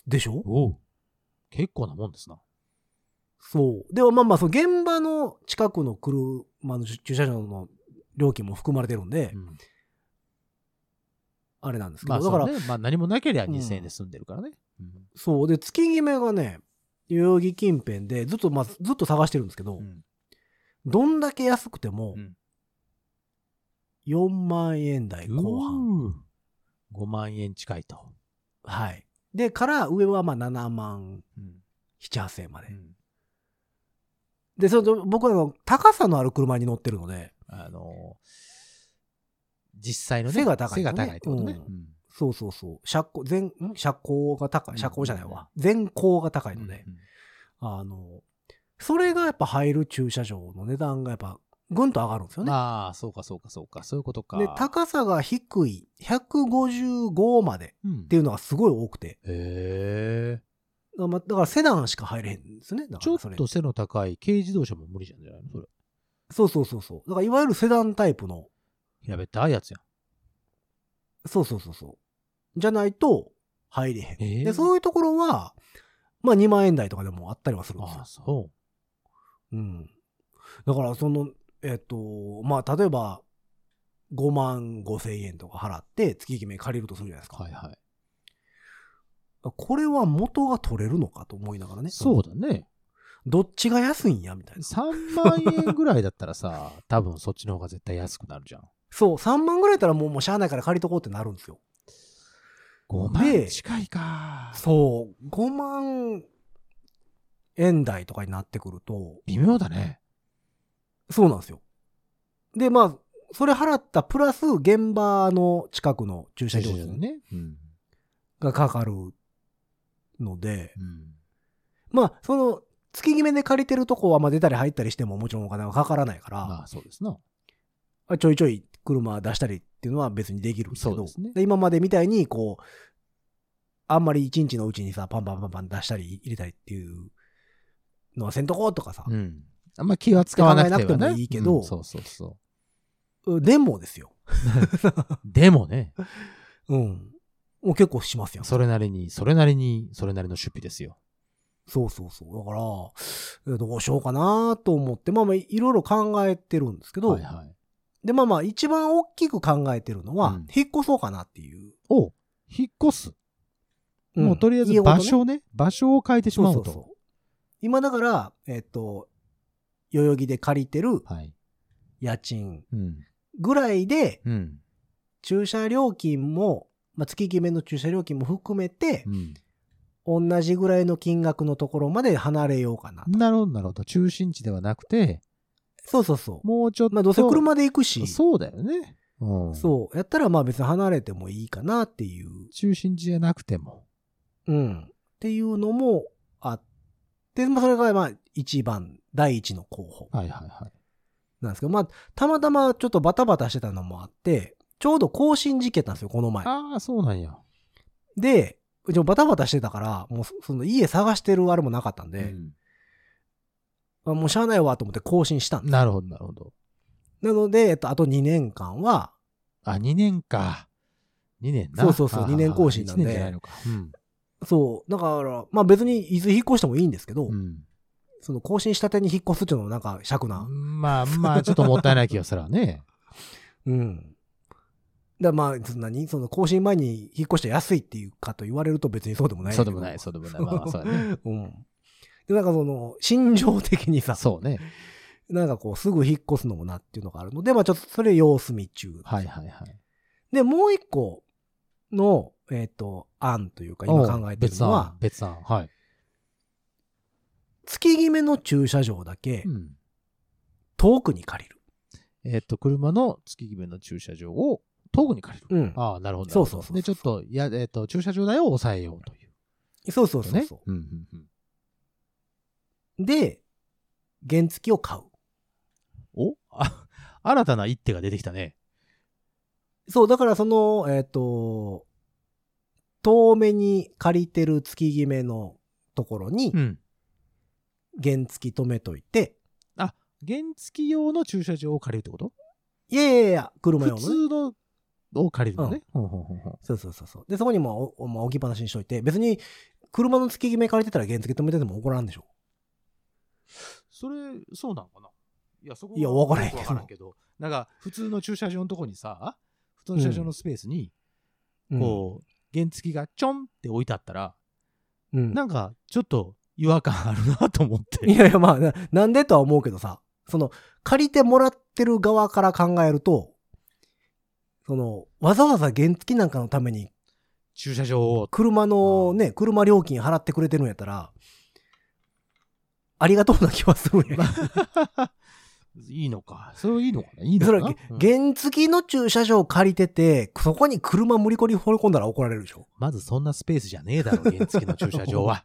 Speaker 2: でしょ
Speaker 3: おう結構なもんですな。
Speaker 2: そう。では、まあまあ、その現場の近くの車の駐車場の料金も含まれてるんで、
Speaker 3: うん
Speaker 2: あれなんですけど、
Speaker 3: まあ、
Speaker 2: だから
Speaker 3: そう、ねまあ、何もなければ
Speaker 2: うん
Speaker 3: 2000円で済んでるからね。うん
Speaker 2: そう。で、月決めがね、代々木近辺で、ずっと、まあ、ずっと探してるんですけど、
Speaker 3: うん
Speaker 2: どんだけ安くても
Speaker 3: うん、
Speaker 2: 4万円台後半。
Speaker 3: うー5万円近いと。
Speaker 2: はい。で、から上はまあ7万
Speaker 3: うん
Speaker 2: 7、8千円まで。
Speaker 3: うん
Speaker 2: で、その僕はあの高さのある車に乗ってるので、
Speaker 3: あの実際のね、
Speaker 2: 背が高い
Speaker 3: 背
Speaker 2: とね
Speaker 3: が高いってことね。
Speaker 2: うん
Speaker 3: うん
Speaker 2: そうそうそう、車高、前、ん車高が高い、車高じゃないわ。前高が高いので、
Speaker 3: うん
Speaker 2: あの、それがやっぱ入る駐車場の値段がやっぱぐんと上がるんですよね。
Speaker 3: ああ、そうかそうかそうか、そういうことか。
Speaker 2: で、高さが低い、155まで
Speaker 3: うん
Speaker 2: っていうのがすごい多くて、
Speaker 3: へえ。
Speaker 2: まあだからセダンしか入れへんんですね。だ
Speaker 3: ち
Speaker 2: か
Speaker 3: ょ
Speaker 2: ら
Speaker 3: っ
Speaker 2: それ
Speaker 3: と背の高い軽自動車も無理じゃんじゃないのそれ。
Speaker 2: そうそうそうそう。だからいわゆるセダンタイプの、
Speaker 3: 平べったいやつや
Speaker 2: そうそうそうそう。じゃないと入れへん。
Speaker 3: ん。え
Speaker 2: で、そういうところは、まあ2万円台とかでもあったりはするんです
Speaker 3: ああ、
Speaker 2: よ。
Speaker 3: そ
Speaker 2: うん。だからその、えっと、まあ例えば、5万5千円とか払って月決め借りるとするじゃないです
Speaker 3: う。
Speaker 2: か。
Speaker 3: はいはい。
Speaker 2: これは元が取れるのかと思いながらね。
Speaker 3: そうだね。
Speaker 2: どっちが安いんやみたいな。
Speaker 3: 3万円ぐらいだったら *laughs* さ、多分そっちの方が絶対安くなるじゃん。
Speaker 2: そう、3万ぐらいやったらもうもうしゃあないから借りとこうってなるんですよ。
Speaker 3: 5
Speaker 2: で
Speaker 3: 万近いか。
Speaker 2: そう、5万円台とかになってくると、
Speaker 3: 微妙だね。
Speaker 2: そうなんですよ。で、まあ、それ払ったプラス現場の近くの駐車料
Speaker 3: だ
Speaker 2: 金
Speaker 3: ね。うん。
Speaker 2: がかかるので、
Speaker 3: うん
Speaker 2: まあ、その、月決めで借りてるとこは、まあ出たり入ったりしてももちろんお金はかからないから、
Speaker 3: まあそうですな。
Speaker 2: あちょいちょい車出したりっていうのは別にできるんですけ
Speaker 3: そう
Speaker 2: ど、
Speaker 3: ですね
Speaker 2: 今までみたいに、こう、あんまり一日のうちにさ、パンパンパンパン出したり入れたりっていうのはせんとこうとかさ、
Speaker 3: うん。あんま気は使わなくて
Speaker 2: 考えな
Speaker 3: は
Speaker 2: くて
Speaker 3: ね。
Speaker 2: もいいけど
Speaker 3: うんそうそうそう。
Speaker 2: でもですよ。
Speaker 3: *laughs* でもね、
Speaker 2: うん。もう結構しますよ。
Speaker 3: それなりに、それなりに、それなりの出費ですよ。
Speaker 2: そうそうそう。だから、どうしようかなと思って、まあまあ、いろいろ考えてるんですけど、
Speaker 3: はいはい。
Speaker 2: で、まあまあ、一番大きく考えてるのは、
Speaker 3: うん
Speaker 2: 引っ越そうかなっていう。
Speaker 3: お引っ越す。
Speaker 2: ん
Speaker 3: もうとりあえず
Speaker 2: 家ごと
Speaker 3: 場
Speaker 2: ね
Speaker 3: 所をね、場所を変えてし
Speaker 2: そ
Speaker 3: ま
Speaker 2: う
Speaker 3: う
Speaker 2: そ
Speaker 3: と。
Speaker 2: うそう。今だから、えっ、と、代々木で借りてる
Speaker 3: はい。
Speaker 2: 家賃
Speaker 3: うん。
Speaker 2: ぐらいで、
Speaker 3: うん。
Speaker 2: 駐車料金も、まあ、月決めの駐車料金も含めて
Speaker 3: う、ん。
Speaker 2: 同じぐらいの金額のところまで離れようかなと。
Speaker 3: なるほど、なるほど。中心地ではなくて、
Speaker 2: そうそうそう。
Speaker 3: もうちょっと。
Speaker 2: まあ、どうせ車で行くし、
Speaker 3: そうだよね。うん。
Speaker 2: そう。やったらまあ別に離れてもいいかなっていう、
Speaker 3: 中心地じゃなくても。
Speaker 2: うん。っていうのもあって、まあそれがまあ一番、第一の候補
Speaker 3: はいはいはい。
Speaker 2: なんですけど、まあたまたまちょっとバタバタしてたのもあって、ちょうど更新時期やったんですよ、この前。
Speaker 3: ああ、そうなんや。
Speaker 2: で、うちもバタバタしてたから、もうそその家探してるあれもなかったんで、
Speaker 3: うん
Speaker 2: まあもうしゃあないわと思って更新したんです。
Speaker 3: なるほど、なるほど。
Speaker 2: なので、えっと、あと2年間は、
Speaker 3: あ、2年か。2年な。
Speaker 2: そうそうそう
Speaker 3: はは
Speaker 2: 二
Speaker 3: は
Speaker 2: 年更新なんで
Speaker 3: 一年じゃないのか。うん。
Speaker 2: そう、だから、まあ別にいつ引っ越してもいいんですけど、
Speaker 3: うん
Speaker 2: その更新したてに引っ越すっていうのもなんか尺な
Speaker 3: まあまあ、ちょっともったいない気がするわね。
Speaker 2: うん。だからまあ、そんなに、その更新前に引っ越して安いっていうかと言われると別にそうで *laughs* もないん
Speaker 3: そ
Speaker 2: だ
Speaker 3: う
Speaker 2: けど
Speaker 3: でもない、。そうでもない。まあまあ、そうだ
Speaker 2: *laughs*
Speaker 3: ね。
Speaker 2: うん。で、なんかその、心情的にさ、
Speaker 3: そうね。
Speaker 2: なんかこう、すぐ引っ越すのもなっていうのがあるので、まあちょっとそれ様子見中。
Speaker 3: はいはいはい。
Speaker 2: で、もう一個の、えっ、と、案というか、今考えてるのは、
Speaker 3: 別案。別案。はい。
Speaker 2: 月決めの駐車場だけ
Speaker 3: うん
Speaker 2: 遠くに借りる。
Speaker 3: えっと、車の月決めの駐車場を遠くに借りる。
Speaker 2: うん。
Speaker 3: ああ、なるほど。
Speaker 2: そうそうそう
Speaker 3: で、ちょっと、いや、えっと、駐車場代を抑えようという。
Speaker 2: そうそうそう
Speaker 3: ね
Speaker 2: そ。
Speaker 3: うんうんうん。
Speaker 2: う。で、原付を買う。
Speaker 3: お *laughs* あ、新たな一手が出てきたね。
Speaker 2: そう、だからその、えっ、と、遠目に借りてる月決めのところに
Speaker 3: う、ん。
Speaker 2: 原付止めといて、
Speaker 3: 原付用の駐車場を借りるってこと
Speaker 2: いやいやいや、車
Speaker 3: 普
Speaker 2: 用のね。
Speaker 3: 通のを借りるのね。ほうほうほうほう
Speaker 2: そうそうそうそう。で、そこにもお、おまあ置きっぱなしにしといて、別に、車の月決め借りてたら原付止めてても怒らんでしょ。
Speaker 3: それ、そうなんかないや、そこ
Speaker 2: いやわからへんけど
Speaker 3: わからんけど。なんか、普通の駐車場のとこにさ、普通の駐車場のスペースに、こう、原付きがちょんって置いてあったら、
Speaker 2: うん、うん
Speaker 3: なんか、ちょっと違和感あるなと思 *laughs* っ
Speaker 2: *laughs*
Speaker 3: て。
Speaker 2: いやいや、まあな、なんでとは思うけどさ、その、借りてもらってる側から考えると、その、わざわざ原付なんかのために、
Speaker 3: 駐車場を。
Speaker 2: 車のね、車料金払ってくれてるんやったら、ありがとうな気はするんや。
Speaker 3: いいのか。それいいのかな。いい
Speaker 2: *laughs*
Speaker 3: の
Speaker 2: そ
Speaker 3: か
Speaker 2: れ
Speaker 3: な
Speaker 2: は、
Speaker 3: うん
Speaker 2: 原付の駐車場を借りてて、そこに車無理こり放り込んだら怒られるでしょ。
Speaker 3: まずそんなスペースじゃねえだろ、原付の駐車場は。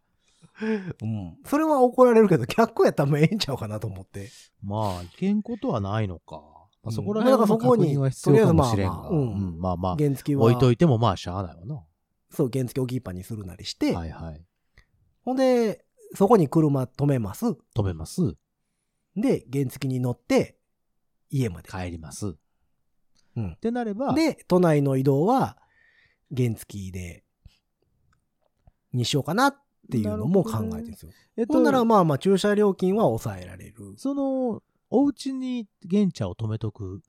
Speaker 2: うん。それは怒られるけど、逆やったらもうええんちゃうかなと思って。
Speaker 3: *laughs* まあ、いけんことはないのか。まあ、そこら
Speaker 2: うんまあだ
Speaker 3: 辺
Speaker 2: から
Speaker 3: の
Speaker 2: そこ
Speaker 3: 確
Speaker 2: に
Speaker 3: 認は必要かもしれんが。
Speaker 2: とりあえずまあまあうん
Speaker 3: うんまあまあ、
Speaker 2: 原付は、
Speaker 3: 置いといてもまあ、しゃあないわな。
Speaker 2: そう、原付をキーパーにするなりして、
Speaker 3: はいはい。
Speaker 2: ほんで、そこに車止めます。
Speaker 3: 止めます。
Speaker 2: で、原付に乗って、家まで。
Speaker 3: 帰ります。
Speaker 2: うん
Speaker 3: ってなれば、
Speaker 2: で、都内の移動は、原付で、にしようかなっていうのも考えてるんですよ。
Speaker 3: えっ
Speaker 2: ほ
Speaker 3: と、
Speaker 2: んなら、まあまあ、駐車料金は抑えられる。
Speaker 3: その、お家に玄茶を止めとく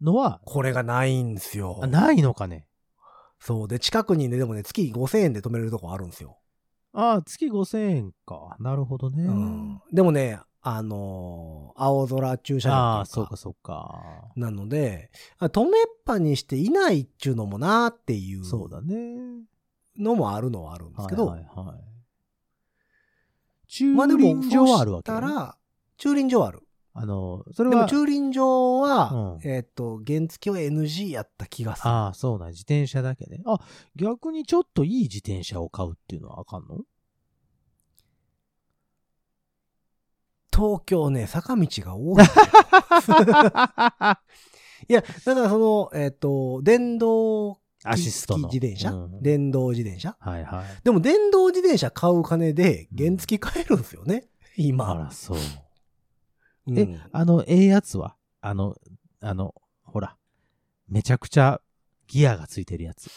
Speaker 3: のは、
Speaker 2: これがないんですよ
Speaker 3: あ。ないのかね。
Speaker 2: そう。で、近くにね、でもね、月5000円で止めれるとこあるんですよ。
Speaker 3: ああ、月5000円か。なるほどね。
Speaker 2: うん。でもね、あのー青空駐車
Speaker 3: あ
Speaker 2: 場
Speaker 3: あ、
Speaker 2: ってい
Speaker 3: そうう
Speaker 2: か
Speaker 3: かそうか。
Speaker 2: なので、あ止めっぱにしていないっちゅうのもなーっていう
Speaker 3: そうだね。
Speaker 2: のもあるのはあるんですけど、
Speaker 3: はいはいはい、駐
Speaker 2: まあでも、
Speaker 3: 輪場はあるわけ、
Speaker 2: そう
Speaker 3: ね
Speaker 2: したら、駐輪場ある。
Speaker 3: あの、それ
Speaker 2: でも
Speaker 3: は、
Speaker 2: 駐輪場は、
Speaker 3: うん
Speaker 2: えーっと、原付は NG やった気がする。
Speaker 3: ああ、そうなん、自転車だけね。あ、逆にちょっといい自転車を買うっていうのはあかんの
Speaker 2: 東京ね、坂道が
Speaker 3: *laughs*
Speaker 2: 多い。いや、だからその、えーっと、電動
Speaker 3: アシストの。
Speaker 2: 自転車、
Speaker 3: うん
Speaker 2: 電動自転車
Speaker 3: はいはい。
Speaker 2: でも電動自転車買う金で原付買えるんですよね、
Speaker 3: あ
Speaker 2: 今。
Speaker 3: ら、そう。
Speaker 2: うん
Speaker 3: え、あの、ええやつはあの、あの、ほら、めちゃくちゃギアがついてるやつ。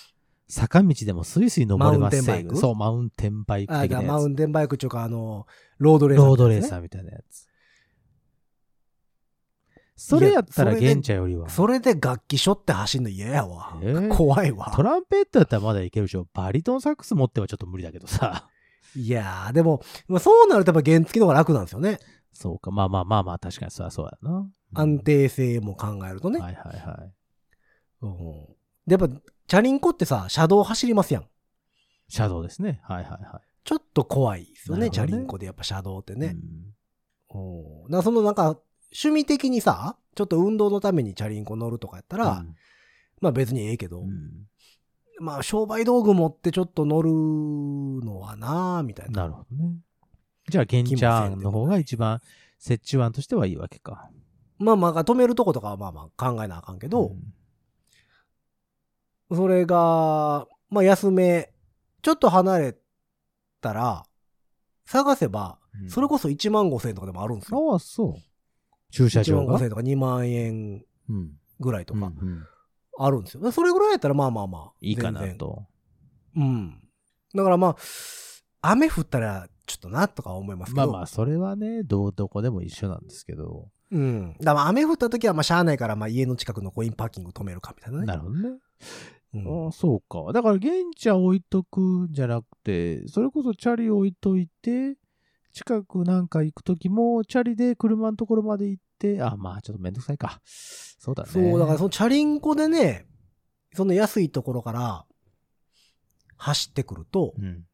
Speaker 3: 坂道でもスイスイ登れます
Speaker 2: マウンテンバイク
Speaker 3: そう、マウンテンバイク
Speaker 2: あ
Speaker 3: 的な
Speaker 2: が
Speaker 3: やつ。
Speaker 2: マウンテンバイクっていうか、あの、ロードレーサー、
Speaker 3: ロードレー
Speaker 2: ー。
Speaker 3: サーみたいなやつ。それやったら
Speaker 2: いやそれで
Speaker 3: 玄茶よりは。
Speaker 2: それで楽器しょって走んの嫌やわ。
Speaker 3: えー
Speaker 2: 怖いわ
Speaker 3: ト。ランペットやったらまだいけるでしょ。バリトンサックス持ってはちょっと無理だけどさ。 *laughs*
Speaker 2: いやー、でも、まあそうなるとやっぱ原付の方が楽なんですよね。
Speaker 3: そうか。まあまあまあまあ、確かにそりゃそうやな。うん
Speaker 2: 安定性も考えるとね。
Speaker 3: はいはいはい。
Speaker 2: うんで、やっぱ、チャリンコってさ、車道走りますやん。
Speaker 3: シャドウですね。はいはいは
Speaker 2: ちょっと怖いですよね、
Speaker 3: なるほ
Speaker 2: チ
Speaker 3: ど
Speaker 2: ャ
Speaker 3: ね
Speaker 2: リンコでやっぱ車道って
Speaker 3: い。
Speaker 2: ね。
Speaker 3: うん
Speaker 2: うんだからそのなんか、趣味的にさ、ちょっと運動のためにチャリンコ乗るとかやったら、まあ別にええけど、
Speaker 3: うんうん
Speaker 2: まあ商売道具持ってちょっと乗るのはなあみたいな。
Speaker 3: なるほどね。じゃあ、玄茶の方が一番、折衷案としてはいいわけか。
Speaker 2: まあまあ、止めるとことかはまあまあ考えなあかんけど、
Speaker 3: ん
Speaker 2: それが、まあ、安め、ちょっと離れたら、探せば、
Speaker 3: うん
Speaker 2: それこそ1万5千円とかでもあるんですよ。
Speaker 3: ああ、そう。駐車
Speaker 2: 1
Speaker 3: 場
Speaker 2: 万
Speaker 3: が
Speaker 2: 5千。円とか2万円
Speaker 3: うん。
Speaker 2: ぐらいと
Speaker 3: う
Speaker 2: か
Speaker 3: んうん
Speaker 2: あるんですよ。それぐらいやったら、まあまあまあ。
Speaker 3: いいかな
Speaker 2: 全然。
Speaker 3: と。
Speaker 2: うん。だからまあ、雨降ったら、ちょっとなとか思いますけ
Speaker 3: まあ
Speaker 2: ど。
Speaker 3: まあ、それはね、どう、どこでも一緒なんですけど。
Speaker 2: うん。だから雨降った時は、まあ、しゃあないから、まあ、家の近くのコインパーキング止めるかみたいなね。
Speaker 3: なるほどね。
Speaker 2: うん
Speaker 3: ああ、そうか。だから、現茶置いとくんじゃなくて、それこそチャリ置いといて、近くなんか行くときも、チャリで車のところまで行って、あ、まあ、ちょっとめんどくさいか。そうだね。
Speaker 2: そう、だからそのチャリンコでね、その安いところから走ってくると、
Speaker 3: うん。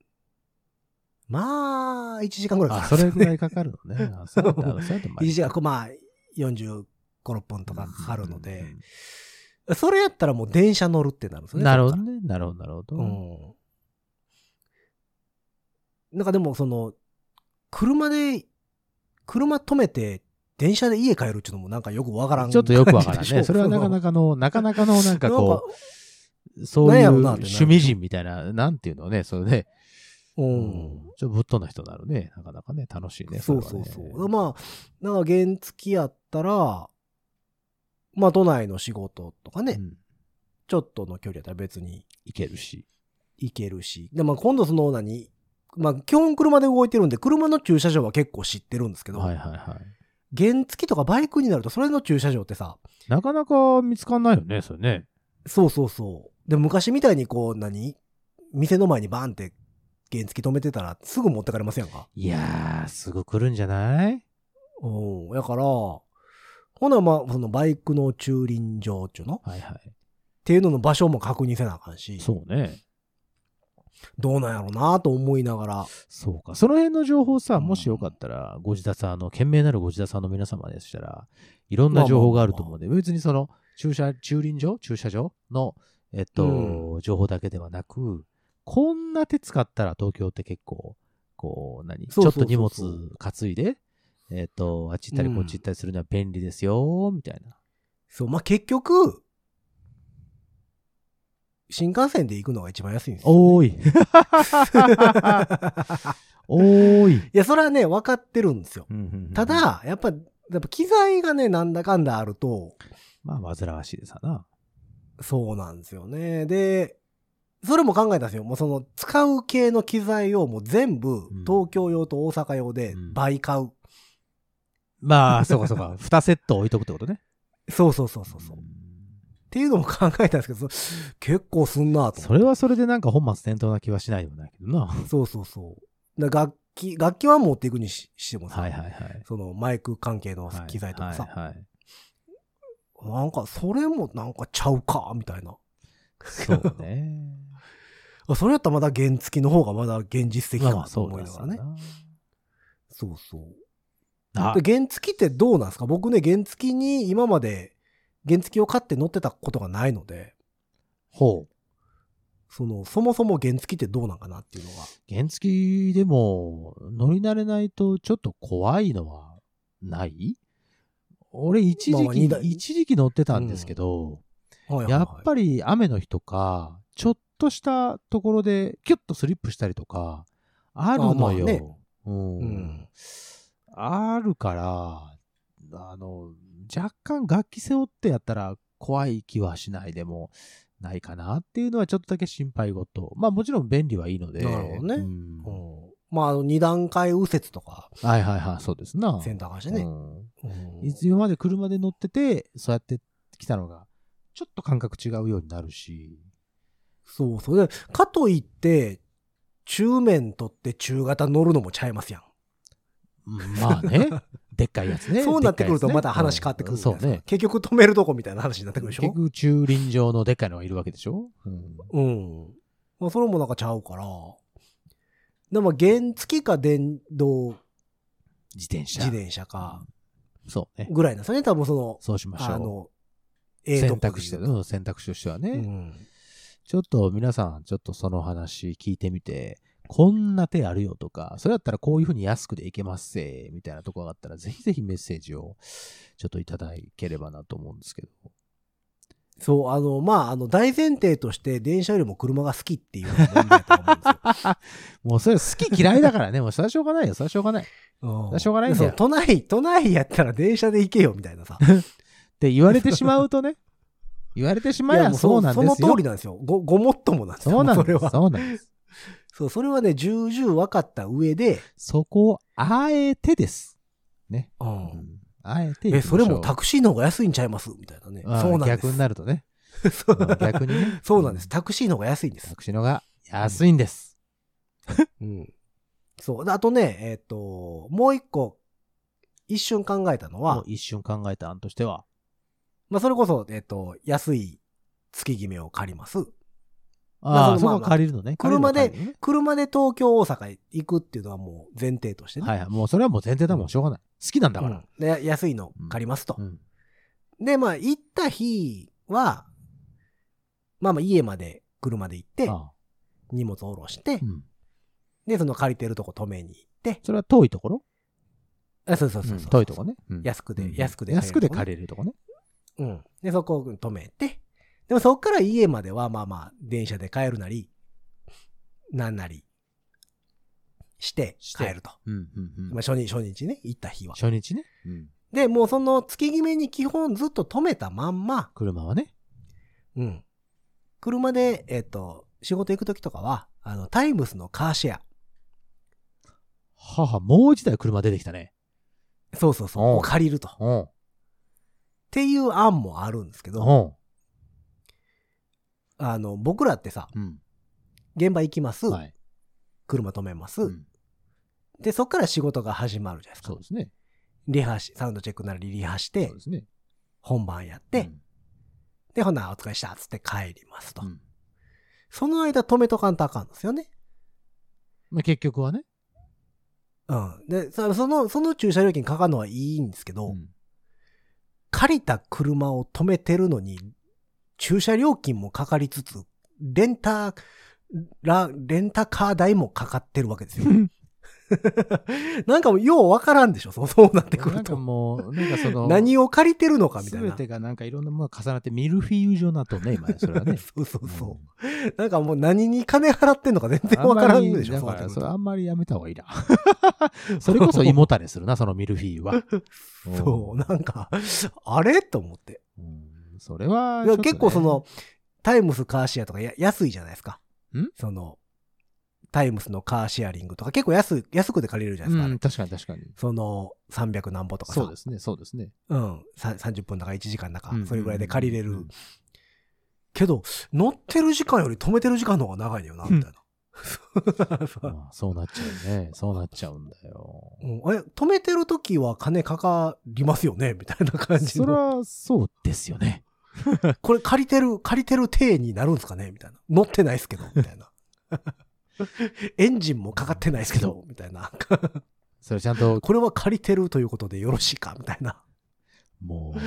Speaker 2: まあ、1時間ぐらい
Speaker 3: あ、
Speaker 2: かか
Speaker 3: そ
Speaker 2: るんです
Speaker 3: れぐ
Speaker 2: ね。
Speaker 3: らいかかる
Speaker 2: *laughs*
Speaker 3: のね。あそうだったら、そうやったらまあいい
Speaker 2: 1時間、まあ、45、6分とかかかるの
Speaker 3: うんうん
Speaker 2: で、それやったらもう電車乗るってなるんです
Speaker 3: う
Speaker 2: よ
Speaker 3: ん
Speaker 2: ね。
Speaker 3: なるほど
Speaker 2: そっか
Speaker 3: ね。なるほど、なるほど。
Speaker 2: ら。うん。なんかでもその、車で、車止めて、電車で家帰るっていうのもなんかよくわからん。
Speaker 3: ちょっとよくわからんね。それはなか
Speaker 2: か
Speaker 3: なかの、なかなかの、なんか
Speaker 2: なん
Speaker 3: こ
Speaker 2: か
Speaker 3: う、そう
Speaker 2: なん
Speaker 3: い
Speaker 2: や
Speaker 3: う
Speaker 2: ろうなってなる
Speaker 3: 趣味人みたいな、なんていうのね、それね。
Speaker 2: う。
Speaker 3: うんちょっとぶっ飛んだ人になるね。なかなかね、楽しいね。
Speaker 2: そう
Speaker 3: れ
Speaker 2: そ
Speaker 3: は
Speaker 2: う
Speaker 3: ね
Speaker 2: そう。まあ、なんか原付きやったら、まあ都内の仕事とかね、
Speaker 3: うん
Speaker 2: ちょっとの距離やったら別に
Speaker 3: いけるし。
Speaker 2: 行けるし。で、まあ今度その何、まあ、基本車で動いてるんで、車の駐車場は結構知ってるんですけど、
Speaker 3: はいはいはい。
Speaker 2: 原付とかバイクになると、それの駐車場ってさ、
Speaker 3: なかなか見つかんないよね、それね。
Speaker 2: そうそうそう。で、昔みたいにこう、何店の前にバンって原付止めてたら、すぐ持ってかれますやんか。
Speaker 3: いやー、すぐ来るんじゃない
Speaker 2: うん。やから、ほな、まあ、そのバイクの駐輪場っていうのっ
Speaker 3: はいはい。
Speaker 2: ていうのの場所も確認せなあかんし、
Speaker 3: そうね。
Speaker 2: どうなんやろうなと思いながら、
Speaker 3: そうか。その辺の情報さ、
Speaker 2: うん
Speaker 3: もしよかったら、ご自宅さん、あの、懸命なるご自宅さんの皆様でしたら、いろんな情報があると思うんで、別にその、駐車、駐輪場駐車場の、えっと、情報だけではなく、こんな手使ったら東京って結構、こう、何
Speaker 2: そうそうそうそう
Speaker 3: ちょっと荷物担いで、えっと、あっち行ったり
Speaker 2: うん
Speaker 3: こっち行ったりするには便利ですよ、みたいな。
Speaker 2: そう、まあ、結局、新幹線で行くのが一番安いんですよ、ね。
Speaker 3: おー *laughs* い。お
Speaker 2: *laughs*
Speaker 3: ーい。
Speaker 2: いや、それはね、分かってるんですよ。た
Speaker 3: うんうんうん、
Speaker 2: だ、やっぱ、やっぱ機材がね、なんだかんだあると、
Speaker 3: まあ、煩わしいでさな。
Speaker 2: そうなんですよね。で、それも考えたんですよ。もうその使う系の機材をもう全部
Speaker 3: うん
Speaker 2: 東京用と大阪用で
Speaker 3: うん
Speaker 2: 倍買う。
Speaker 3: まあ、そうかそ
Speaker 2: *laughs*
Speaker 3: うか。2セット置いとくってことね。
Speaker 2: そうそうそうそうそう。っていうのも考えたんですけど、そ結構すんなと
Speaker 3: それはそれでなんか本末転倒な気はしないでもないけどな。
Speaker 2: そうそうそう。だから楽器、楽器は持っていくにししてもさ、
Speaker 3: はいはいはい。
Speaker 2: そのマイク関係の
Speaker 3: はい
Speaker 2: 機材とかさ、
Speaker 3: はいはい
Speaker 2: なんかそれもなんかちゃうか、みたいな。
Speaker 3: そうね。
Speaker 2: *laughs* あ *laughs* それやったらまだ原付きの方がまだ現実的
Speaker 3: まあ
Speaker 2: か
Speaker 3: まあ
Speaker 2: なと
Speaker 3: そう
Speaker 2: 思いな
Speaker 3: だ
Speaker 2: が
Speaker 3: そ
Speaker 2: ら
Speaker 3: う
Speaker 2: ね
Speaker 3: だ。な
Speaker 2: そうそう。
Speaker 3: あ
Speaker 2: で原付ってどうなんですか僕ね、原付に今まで原付を買って乗ってたことがないので、
Speaker 3: ほう。
Speaker 2: その、そもそも原付ってどうなんかなっていうのが。
Speaker 3: 原付でも乗り慣れないとちょっと怖いのはない俺一
Speaker 2: まあ
Speaker 3: 時
Speaker 2: まあ
Speaker 3: 期
Speaker 2: 二、台
Speaker 3: 一時期乗ってたんですけど、やっぱ
Speaker 2: り。
Speaker 3: り雨の日とか、ちょっとしたところでキュッとスリップしたりとか、あるのよ。
Speaker 2: あまあね
Speaker 3: うん
Speaker 2: うん
Speaker 3: あるから、あの、若干楽器背負ってやったら怖い気はしないでもないかなっていうのはちょっとだけ心配事。まあもちろん便利はいいので。
Speaker 2: なるほどね
Speaker 3: うん
Speaker 2: うんまあ、あの、二段階右折とか、
Speaker 3: はいはいはい、そうですな。
Speaker 2: センターしてね。
Speaker 3: うん
Speaker 2: うん
Speaker 3: いつ今まで車で乗ってて、そうやって来たのが、ちょっと感覚違うようになるし。
Speaker 2: そうそう。で、かといって、中面取って中型乗るのもちゃいますやん。
Speaker 3: うんまあ
Speaker 2: *laughs*
Speaker 3: ね。でっかいやつね。
Speaker 2: そうなってくると
Speaker 3: でっかいやつね
Speaker 2: また話変わってくる
Speaker 3: うん
Speaker 2: じゃ
Speaker 3: そ
Speaker 2: な
Speaker 3: う
Speaker 2: いですか
Speaker 3: ね。
Speaker 2: 結局止めるとこみたいな話になってくるでし
Speaker 3: 結
Speaker 2: ょ
Speaker 3: 局、駐輪場のでっかいのがいるわけでしょうん
Speaker 2: うん。まあ、それもなんかちゃうから。でも、原付か電動
Speaker 3: 自転車。
Speaker 2: 自転車か、
Speaker 3: そうね。
Speaker 2: ぐらいなんですよね。多分その、
Speaker 3: そうしまし
Speaker 2: あ
Speaker 3: ょ
Speaker 2: の、
Speaker 3: う。
Speaker 2: え
Speaker 3: 選択肢で、うん選択肢としてはね。
Speaker 2: うん。
Speaker 3: ちょっと皆さん、ちょっとその話聞いてみて、こんな手あるよとか、それだったらこういうふうに安くでいけますせ、みたいなところがあったら、ぜひぜひメッセージをちょっといただければなと思うんですけど。
Speaker 2: そう、あの、まあ、あの、大前提として、電車よりも車が好きっていうのが問題だと思うんで
Speaker 3: *laughs*
Speaker 2: すよ。
Speaker 3: もうそれ好き嫌いだからね、もうそれはしょうがないよ、それはしょうがない。
Speaker 2: う
Speaker 3: しょうがないんだ
Speaker 2: そ
Speaker 3: よ
Speaker 2: う、都内、都内やったら電車で行けよ、みたいなさ。
Speaker 3: って言われてしまうとね、
Speaker 2: *laughs*
Speaker 3: 言われてしまえば
Speaker 2: も
Speaker 3: そうなんですよ。
Speaker 2: その通りなんですよ。ご、ごもっともなんですよ。
Speaker 3: そうなん
Speaker 2: そ
Speaker 3: で
Speaker 2: れ
Speaker 3: す。
Speaker 2: は。
Speaker 3: そうなんです。
Speaker 2: そう、それはね、重々分かった上で、
Speaker 3: そこをあえてです。ね。
Speaker 2: う。
Speaker 3: うんあえて行きましょう。
Speaker 2: え、それもタクシーの方が安いんちゃいますみたいなね。
Speaker 3: ああ
Speaker 2: そうなんです。
Speaker 3: 逆になるとね。
Speaker 2: *laughs* そう。
Speaker 3: うん逆に
Speaker 2: *laughs*
Speaker 3: ね
Speaker 2: そうなんです。。タクシーの方が安いんです
Speaker 3: タ。クシーのが安いんです。
Speaker 2: うん。そう。であとね、えっ、と、もう一個、一瞬考えたの
Speaker 3: もう
Speaker 2: は、
Speaker 3: 一瞬考えた案としては、
Speaker 2: まあ、それこそ、えっ、と、安い月決めを借ります。まあ
Speaker 3: ああ、
Speaker 2: そ
Speaker 3: そ
Speaker 2: の
Speaker 3: こ借りるのね。
Speaker 2: 車で
Speaker 3: 借りるのね
Speaker 2: 車で東京、大阪へ行くっていうのはもう前提としてね。
Speaker 3: はいはい。もうそれはもう前提だもん、しょうがない。好きなんだから。
Speaker 2: うんで、安いの借りますと。
Speaker 3: うん
Speaker 2: で、まあ、行った日は、まあまあ、家まで車で行って、
Speaker 3: ああ
Speaker 2: 荷物を下ろして
Speaker 3: う、ん
Speaker 2: で、その借りてるとこ止めに行って、
Speaker 3: それは遠いところ
Speaker 2: あそうそうそうそう
Speaker 3: うん遠いとこね。うん
Speaker 2: 安くで
Speaker 3: うん
Speaker 2: 安くで
Speaker 3: 安くで
Speaker 2: 借
Speaker 3: 借りるとこね。
Speaker 2: うん。で、そこを止めて、でもそこから家まではまあまあ、電車で帰るなり、なんなり、して
Speaker 3: して
Speaker 2: 帰ると。
Speaker 3: うんうんうん
Speaker 2: まあ、初日、初日ね、行った日は。
Speaker 3: 初日ね。うん
Speaker 2: で、もうその月決めに基本ずっと止めたまんま、
Speaker 3: 車はね。
Speaker 2: うん。車で、えっ、と、仕事行くときとかは、あの、タイムスのカーシェア。
Speaker 3: 母、もう一台車出てきたね。
Speaker 2: そうそうそう。
Speaker 3: うん
Speaker 2: もう借りると。っ
Speaker 3: うん。
Speaker 2: ていう案もあるんですけ
Speaker 3: う
Speaker 2: ど、
Speaker 3: ん。
Speaker 2: あの、僕らってさ、
Speaker 3: うん。
Speaker 2: 現場行きます。
Speaker 3: はい。
Speaker 2: 車止めます、
Speaker 3: うん。
Speaker 2: で、そっから仕事が始まるじゃないです
Speaker 3: そう
Speaker 2: か。
Speaker 3: ですね。
Speaker 2: リハし、サウンドチェックなりリハし
Speaker 3: そ
Speaker 2: て
Speaker 3: う、ですね。
Speaker 2: 本番やっ
Speaker 3: う
Speaker 2: て、
Speaker 3: ん
Speaker 2: で、ほな、お疲れした、つって帰りますと。
Speaker 3: うん
Speaker 2: その間止めとかんとあかんですよね。
Speaker 3: まあ結局はね。
Speaker 2: うん。で、そその、その駐車料金かかるのはいいんですけど、
Speaker 3: うん
Speaker 2: 借りた車を止めてるのに、駐車料金もかかりつつ、レンタ、ラ、レンタカー代もかかってるわけ
Speaker 3: *laughs*
Speaker 2: ですよ。 *laughs* なんかもうようわからんでしょ、そうそうなってく
Speaker 3: な
Speaker 2: る
Speaker 3: んか
Speaker 2: と。
Speaker 3: もう、なんかそ
Speaker 2: *laughs*
Speaker 3: の、
Speaker 2: 何を借りてるのかみたい
Speaker 3: 全
Speaker 2: な。
Speaker 3: てがなんかいろんなものが重なってミルフィーユ状になっとんね、今ねそれはね。
Speaker 2: そう *laughs* そうそう。なんかもう何に金払ってんのか全然わからんでしょ、
Speaker 3: あん
Speaker 2: そう
Speaker 3: ま
Speaker 2: なっ
Speaker 3: り *laughs* だか
Speaker 2: てく
Speaker 3: ら
Speaker 2: る
Speaker 3: そ
Speaker 2: と
Speaker 3: れあんまりやめた方がいいな。 *laughs* それこそ胃もたれするな、そのミルフィーユは。
Speaker 2: *laughs* そう、なんか、あれと思って。
Speaker 3: うん。うんそれは、
Speaker 2: で結構そ、の、タイムスカーシェアとかや安いじゃないですか。
Speaker 3: ん
Speaker 2: その、タイムスのカーシェアリングとか結構安い、安くて借りれるじゃな
Speaker 3: う
Speaker 2: いですか。あれ
Speaker 3: ん、確かに確かに。
Speaker 2: その、300何歩とかさ。
Speaker 3: そうですね、そうですね。
Speaker 2: うん。さ30分だか1時間だか
Speaker 3: う、ん
Speaker 2: それぐらいで借りれ
Speaker 3: う
Speaker 2: る
Speaker 3: ん。
Speaker 2: けど、乗ってる時間より止めてる時間の方が長いのよな、みたいな。 *laughs* そう
Speaker 3: まあそうなっちゃうね。そうなっちゃうんだよ。
Speaker 2: うんえ、止めてる時は金かかりますよねみたいな感じ
Speaker 3: それ
Speaker 2: の。
Speaker 3: はそうですよね。
Speaker 2: これ借りてる、借りてる体になるんですかねみたいな。乗ってない
Speaker 3: *laughs*
Speaker 2: ですけど、みたいな。エンジンもかかってないですけど、みたいな。
Speaker 3: それちゃんと、
Speaker 2: これは借りてるということでよろしいかみたいな
Speaker 3: もう、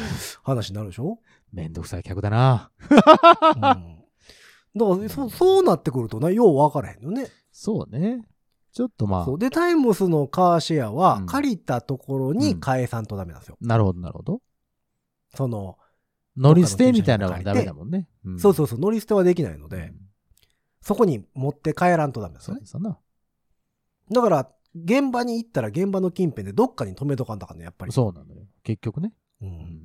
Speaker 2: 話になるでしょ、
Speaker 3: *laughs* めんどくさい客だな。
Speaker 2: うん、だからそ、そうなってくるとね、よう分からへんよね。
Speaker 3: そうね。ちょっとま
Speaker 2: そう
Speaker 3: あ、
Speaker 2: で、タイムスのカーシェア
Speaker 3: う
Speaker 2: は
Speaker 3: ん、
Speaker 2: 借りたところに返さんとダメなんですよ。
Speaker 3: なるほど、なるほど。
Speaker 2: その、
Speaker 3: 乗り捨てみたいなのはダメだもんね。
Speaker 2: そうそううそう、乗り捨てはできないので、そこに持って帰らんとダメなんです
Speaker 3: そ
Speaker 2: よね
Speaker 3: うで。すな。
Speaker 2: だから、現場に行ったら現場の近辺でどっかに止めとかんだからね、やっぱり。
Speaker 3: そうなのよ。結局ね。
Speaker 2: う。
Speaker 3: うんん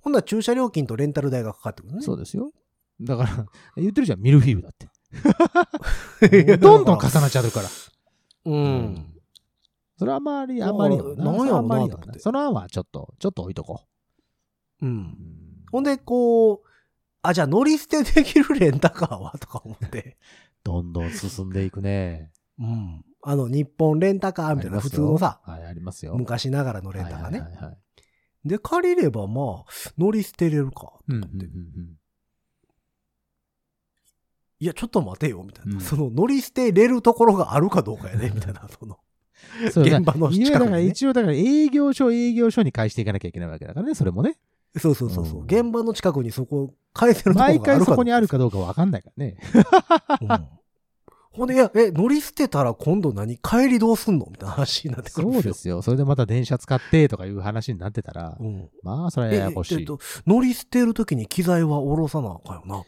Speaker 2: ほんなら駐車料金とレンタル代がかかってくるね。
Speaker 3: そうですよ。だから、 *laughs* 言ってるじゃん、ミルフィーユだ
Speaker 2: *laughs*
Speaker 3: って。もうどんどん重なっちゃうから。
Speaker 2: う。。
Speaker 3: うんそれはあまり、あまりよ
Speaker 2: なんやろうな
Speaker 3: あまりよ
Speaker 2: と思って
Speaker 3: その案はちょっと、ちょっと置いとこ
Speaker 2: う
Speaker 3: う。
Speaker 2: ん。ほんで、こう、あ、じゃあ乗り捨てできるレンタカーはとか思って。
Speaker 3: どんどん進んでいくね。
Speaker 2: うん。あの、日本レンタカーみたいな普通のさ、
Speaker 3: ありますよはい、ありますよ。
Speaker 2: 昔ながらのレンタカーね
Speaker 3: はい。はいはいはい
Speaker 2: で、借りればまあ、乗り捨てれるか。
Speaker 3: うんうんうん
Speaker 2: いや、ちょっと待てよ、みたいな。
Speaker 3: うん
Speaker 2: その、乗り捨てれるところがあるかどうかやね、みたいな、その、
Speaker 3: うんそうだ
Speaker 2: 現場の
Speaker 3: いや
Speaker 2: 近く
Speaker 3: だか
Speaker 2: に、
Speaker 3: ら
Speaker 2: ね。
Speaker 3: 一応、だから営業所、営業所に返していかなきゃいけないわけだからね、それもね。
Speaker 2: そうそうそうそう。
Speaker 3: うん
Speaker 2: 現場の近くにそこ、返せるところがある
Speaker 3: 毎
Speaker 2: かどうか。
Speaker 3: 回そこにあるかどうかわかんないからね。
Speaker 2: うん *laughs* ほんで、いや、え、乗り捨てたら今度何帰りどうすんのみたいな話になってくるん
Speaker 3: そう
Speaker 2: です
Speaker 3: で
Speaker 2: よ。
Speaker 3: すよ。それでまた電車使ってとかいう話になってたら、
Speaker 2: うん。
Speaker 3: まあ、それは
Speaker 2: え
Speaker 3: ややこし
Speaker 2: えっ
Speaker 3: い。
Speaker 2: と、乗り捨てるときに機材は下ろさなあかんよな。
Speaker 3: うん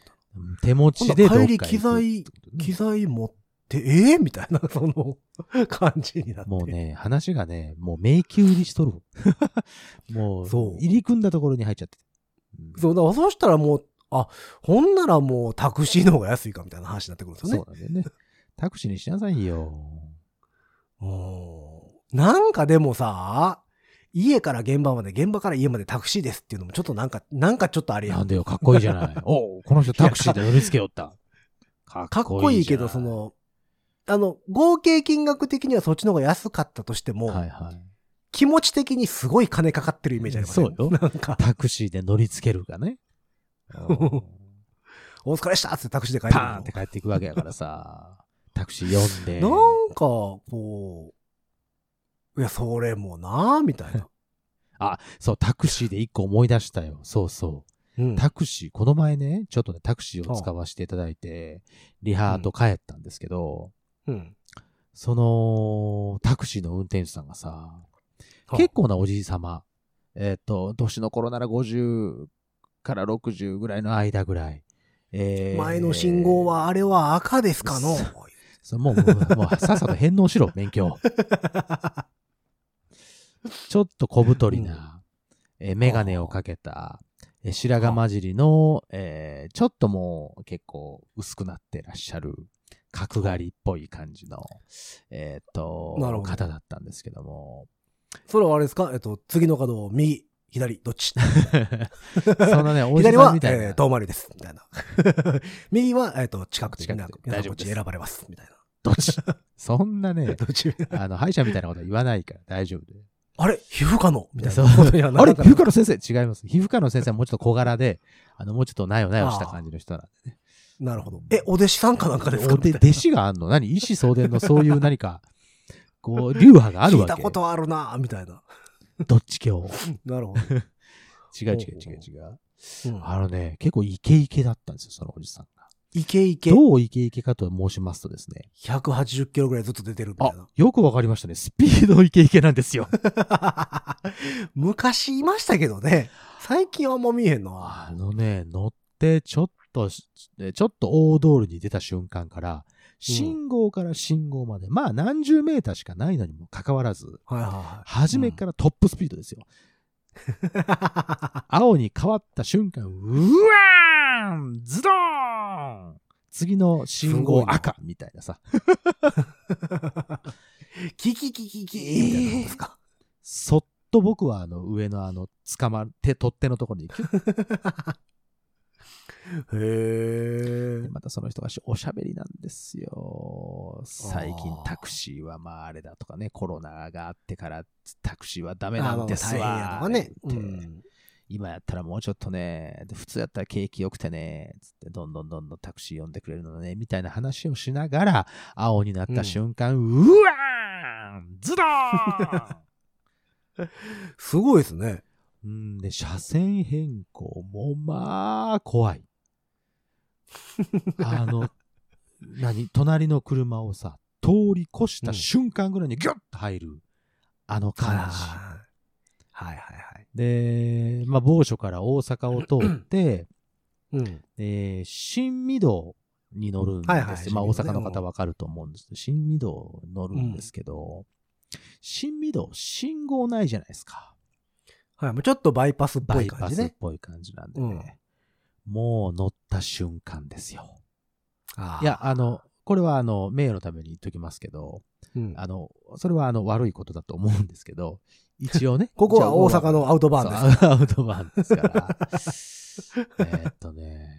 Speaker 3: 手持ちでどっか行くってことね
Speaker 2: 帰り機材持って、ええみたいな、その、感じになって。
Speaker 3: もうね、話がね、もう迷宮入りしとる。もう、
Speaker 2: そう
Speaker 3: 入り組んだところに入っちゃって。うん
Speaker 2: そう、だからそうしたらもう、あ、ほんならもうタクシーの方が安いかみたいな話になってくるんですよね
Speaker 3: そう。なんだよね。タクシーにしなさいよ。
Speaker 2: うんなんかでもさ、家から現場まで、現場から家までタクシーですっていうのもちょっとなんか、なんかちょっとあれや
Speaker 3: なん
Speaker 2: ん。
Speaker 3: でよ、かっこいいじゃない。おうこの人タクシーで乗りつけよった。かっ
Speaker 2: かっこいいけど、そ
Speaker 3: じゃない、
Speaker 2: の、あの、合計金額的にはそっちの方が安かったとしても、
Speaker 3: はいはい。
Speaker 2: 気持ち的にすごい金かかってるイメージありますね。
Speaker 3: そうよ
Speaker 2: *laughs* なんか、
Speaker 3: タクシーで乗りつけるかね。
Speaker 2: *laughs*
Speaker 3: うん
Speaker 2: お疲れしたっつってタクシーで帰って
Speaker 3: パ
Speaker 2: くる
Speaker 3: ーンって帰っていくわけやからさ。タクシー呼んで。
Speaker 2: の *laughs* なんか、こう、いや、それもなみた
Speaker 3: *laughs*
Speaker 2: いな。
Speaker 3: そう、タクシーで一個思い出したよ。そうそう。
Speaker 2: うん
Speaker 3: タクシー、この前ね、ちょっとね、タクシーを使わせていただいて、リハート帰ったんですけど、
Speaker 2: うん
Speaker 3: その、タクシーの運転手さんがさ、結構なおじい様、えっ、と、年の頃なら50から60ぐらいの間ぐらい。えー
Speaker 2: 前の信号は、あれは赤ですかの
Speaker 3: そそうもう、もう、もうさっさと返納
Speaker 2: *laughs*
Speaker 3: しろ、勉強。ちょっと小太りな、えーメガネをかけた、えー白髪混じりの、えーちょっともう結構薄くなってらっしゃる角刈りっぽい感じの、えーっと
Speaker 2: なるほど
Speaker 3: 方だったんですけども *laughs*
Speaker 2: それはあれですかえっと、次の角を右、左、どっ
Speaker 3: *laughs*
Speaker 2: ち
Speaker 3: そん
Speaker 2: *laughs*
Speaker 3: なねおじ
Speaker 2: 左
Speaker 3: さん
Speaker 2: は
Speaker 3: み、たいな、
Speaker 2: えー、遠回りです。み
Speaker 3: *laughs*
Speaker 2: たいな。右は、えっと、近くでみんな
Speaker 3: 近くで
Speaker 2: 皆さん
Speaker 3: 大丈
Speaker 2: こ
Speaker 3: 夫
Speaker 2: っ
Speaker 3: で
Speaker 2: ち
Speaker 3: す
Speaker 2: 選ばれます。みたいな。
Speaker 3: どっちそんなね
Speaker 2: どっち
Speaker 3: あの歯医者みたいなことは言わないから大丈夫で
Speaker 2: あれ皮膚科のみたい
Speaker 3: そう
Speaker 2: なことにはな
Speaker 3: あ
Speaker 2: ら
Speaker 3: れ
Speaker 2: なかっ
Speaker 3: 皮
Speaker 2: た
Speaker 3: 膚科の先生違います皮膚科の先生はもうちょっと小柄であのもうちょっとなよなよした感じの人なんで
Speaker 2: なるほど。え、お弟子さんかなんかですか
Speaker 3: おで
Speaker 2: みたい
Speaker 3: 弟子があんの何医師相伝のそういう何か、こう、流派が
Speaker 2: な
Speaker 3: ある
Speaker 2: 聞い
Speaker 3: わ
Speaker 2: た
Speaker 3: け
Speaker 2: こ。とあるなみたいな。
Speaker 3: どっち教
Speaker 2: なる
Speaker 3: *laughs*
Speaker 2: ほど。
Speaker 3: 違う違う違う違う。
Speaker 2: うん
Speaker 3: あのね、結構イケイケだったんですよ、そのおじさんが。
Speaker 2: イケイケ。
Speaker 3: どうイケイケかと申しますとですね。
Speaker 2: 180キロぐらいずっと出てるみたい
Speaker 3: あ、よくわかりましたね。スピードイケイケなんですよ。
Speaker 2: な。 *laughs* 昔いましたけどね。最近はあんま見えへんな。
Speaker 3: あのね、乗ってちょっとし、ちょっと大通りに出た瞬間から、信号から信号まで、まあ何十メーターしかないのにもかかわらず、
Speaker 2: はいはいは
Speaker 3: 初めからトップスピードですよ。
Speaker 2: い。
Speaker 3: 青に変わった瞬間、うわーんズドーン次の信号赤みたいなさ。
Speaker 2: *laughs* キキキキキみたいなことですか。
Speaker 3: そっと僕はあの上のあの、捕まって、取っ手のところにキュッ
Speaker 2: へ
Speaker 3: て、
Speaker 2: え。
Speaker 3: またその人がしおしゃべりなんですよ。最近タクシーはまああれだとかね、コロナがあってからタクシーはダメ
Speaker 2: あ
Speaker 3: な
Speaker 2: の
Speaker 3: ん
Speaker 2: 大
Speaker 3: です
Speaker 2: 変や
Speaker 3: わ。
Speaker 2: とかね。う
Speaker 3: 言って
Speaker 2: ん。
Speaker 3: 今やったらもうちょっとね、で普通やったら景気良くてね、つってどんどんどんどんタクシー呼んでくれるのね、みたいな話をしながら、青になった瞬間、うわーんズドー
Speaker 2: すごいですね。
Speaker 3: ンうんで、車線変更もまあ、怖い。
Speaker 2: *laughs*
Speaker 3: あの、何隣の車をさ、通り越した瞬間ぐらいにギュッと入る、あの感じ。
Speaker 2: はいはいはい。
Speaker 3: で、まあ、某所から大阪を
Speaker 2: *clears throat*
Speaker 3: 通って、
Speaker 2: うん。
Speaker 3: えー新御堂に乗るんですよ。
Speaker 2: はいはい
Speaker 3: まあ、
Speaker 2: 新御
Speaker 3: 大
Speaker 2: 堂ね
Speaker 3: 阪の方わかると思うんですけど、新御堂乗るんですけど、新御堂、信号ないじゃないですか。
Speaker 2: はい。もうちょっとバイパスっぽ
Speaker 3: バ
Speaker 2: い
Speaker 3: イ
Speaker 2: 感
Speaker 3: パ
Speaker 2: じ
Speaker 3: スっ
Speaker 2: ね。
Speaker 3: ぽい感じなんでね。もう乗った瞬間ですよ。
Speaker 2: あー
Speaker 3: いや、、あの、これはあの、名誉のために言っときますけど、
Speaker 2: うん。
Speaker 3: あの、それはあの、悪いことだと思うんですけど、一応ね
Speaker 2: ここは大阪のアウトバーンです。
Speaker 3: そうアウトバーンですから。えーっとね、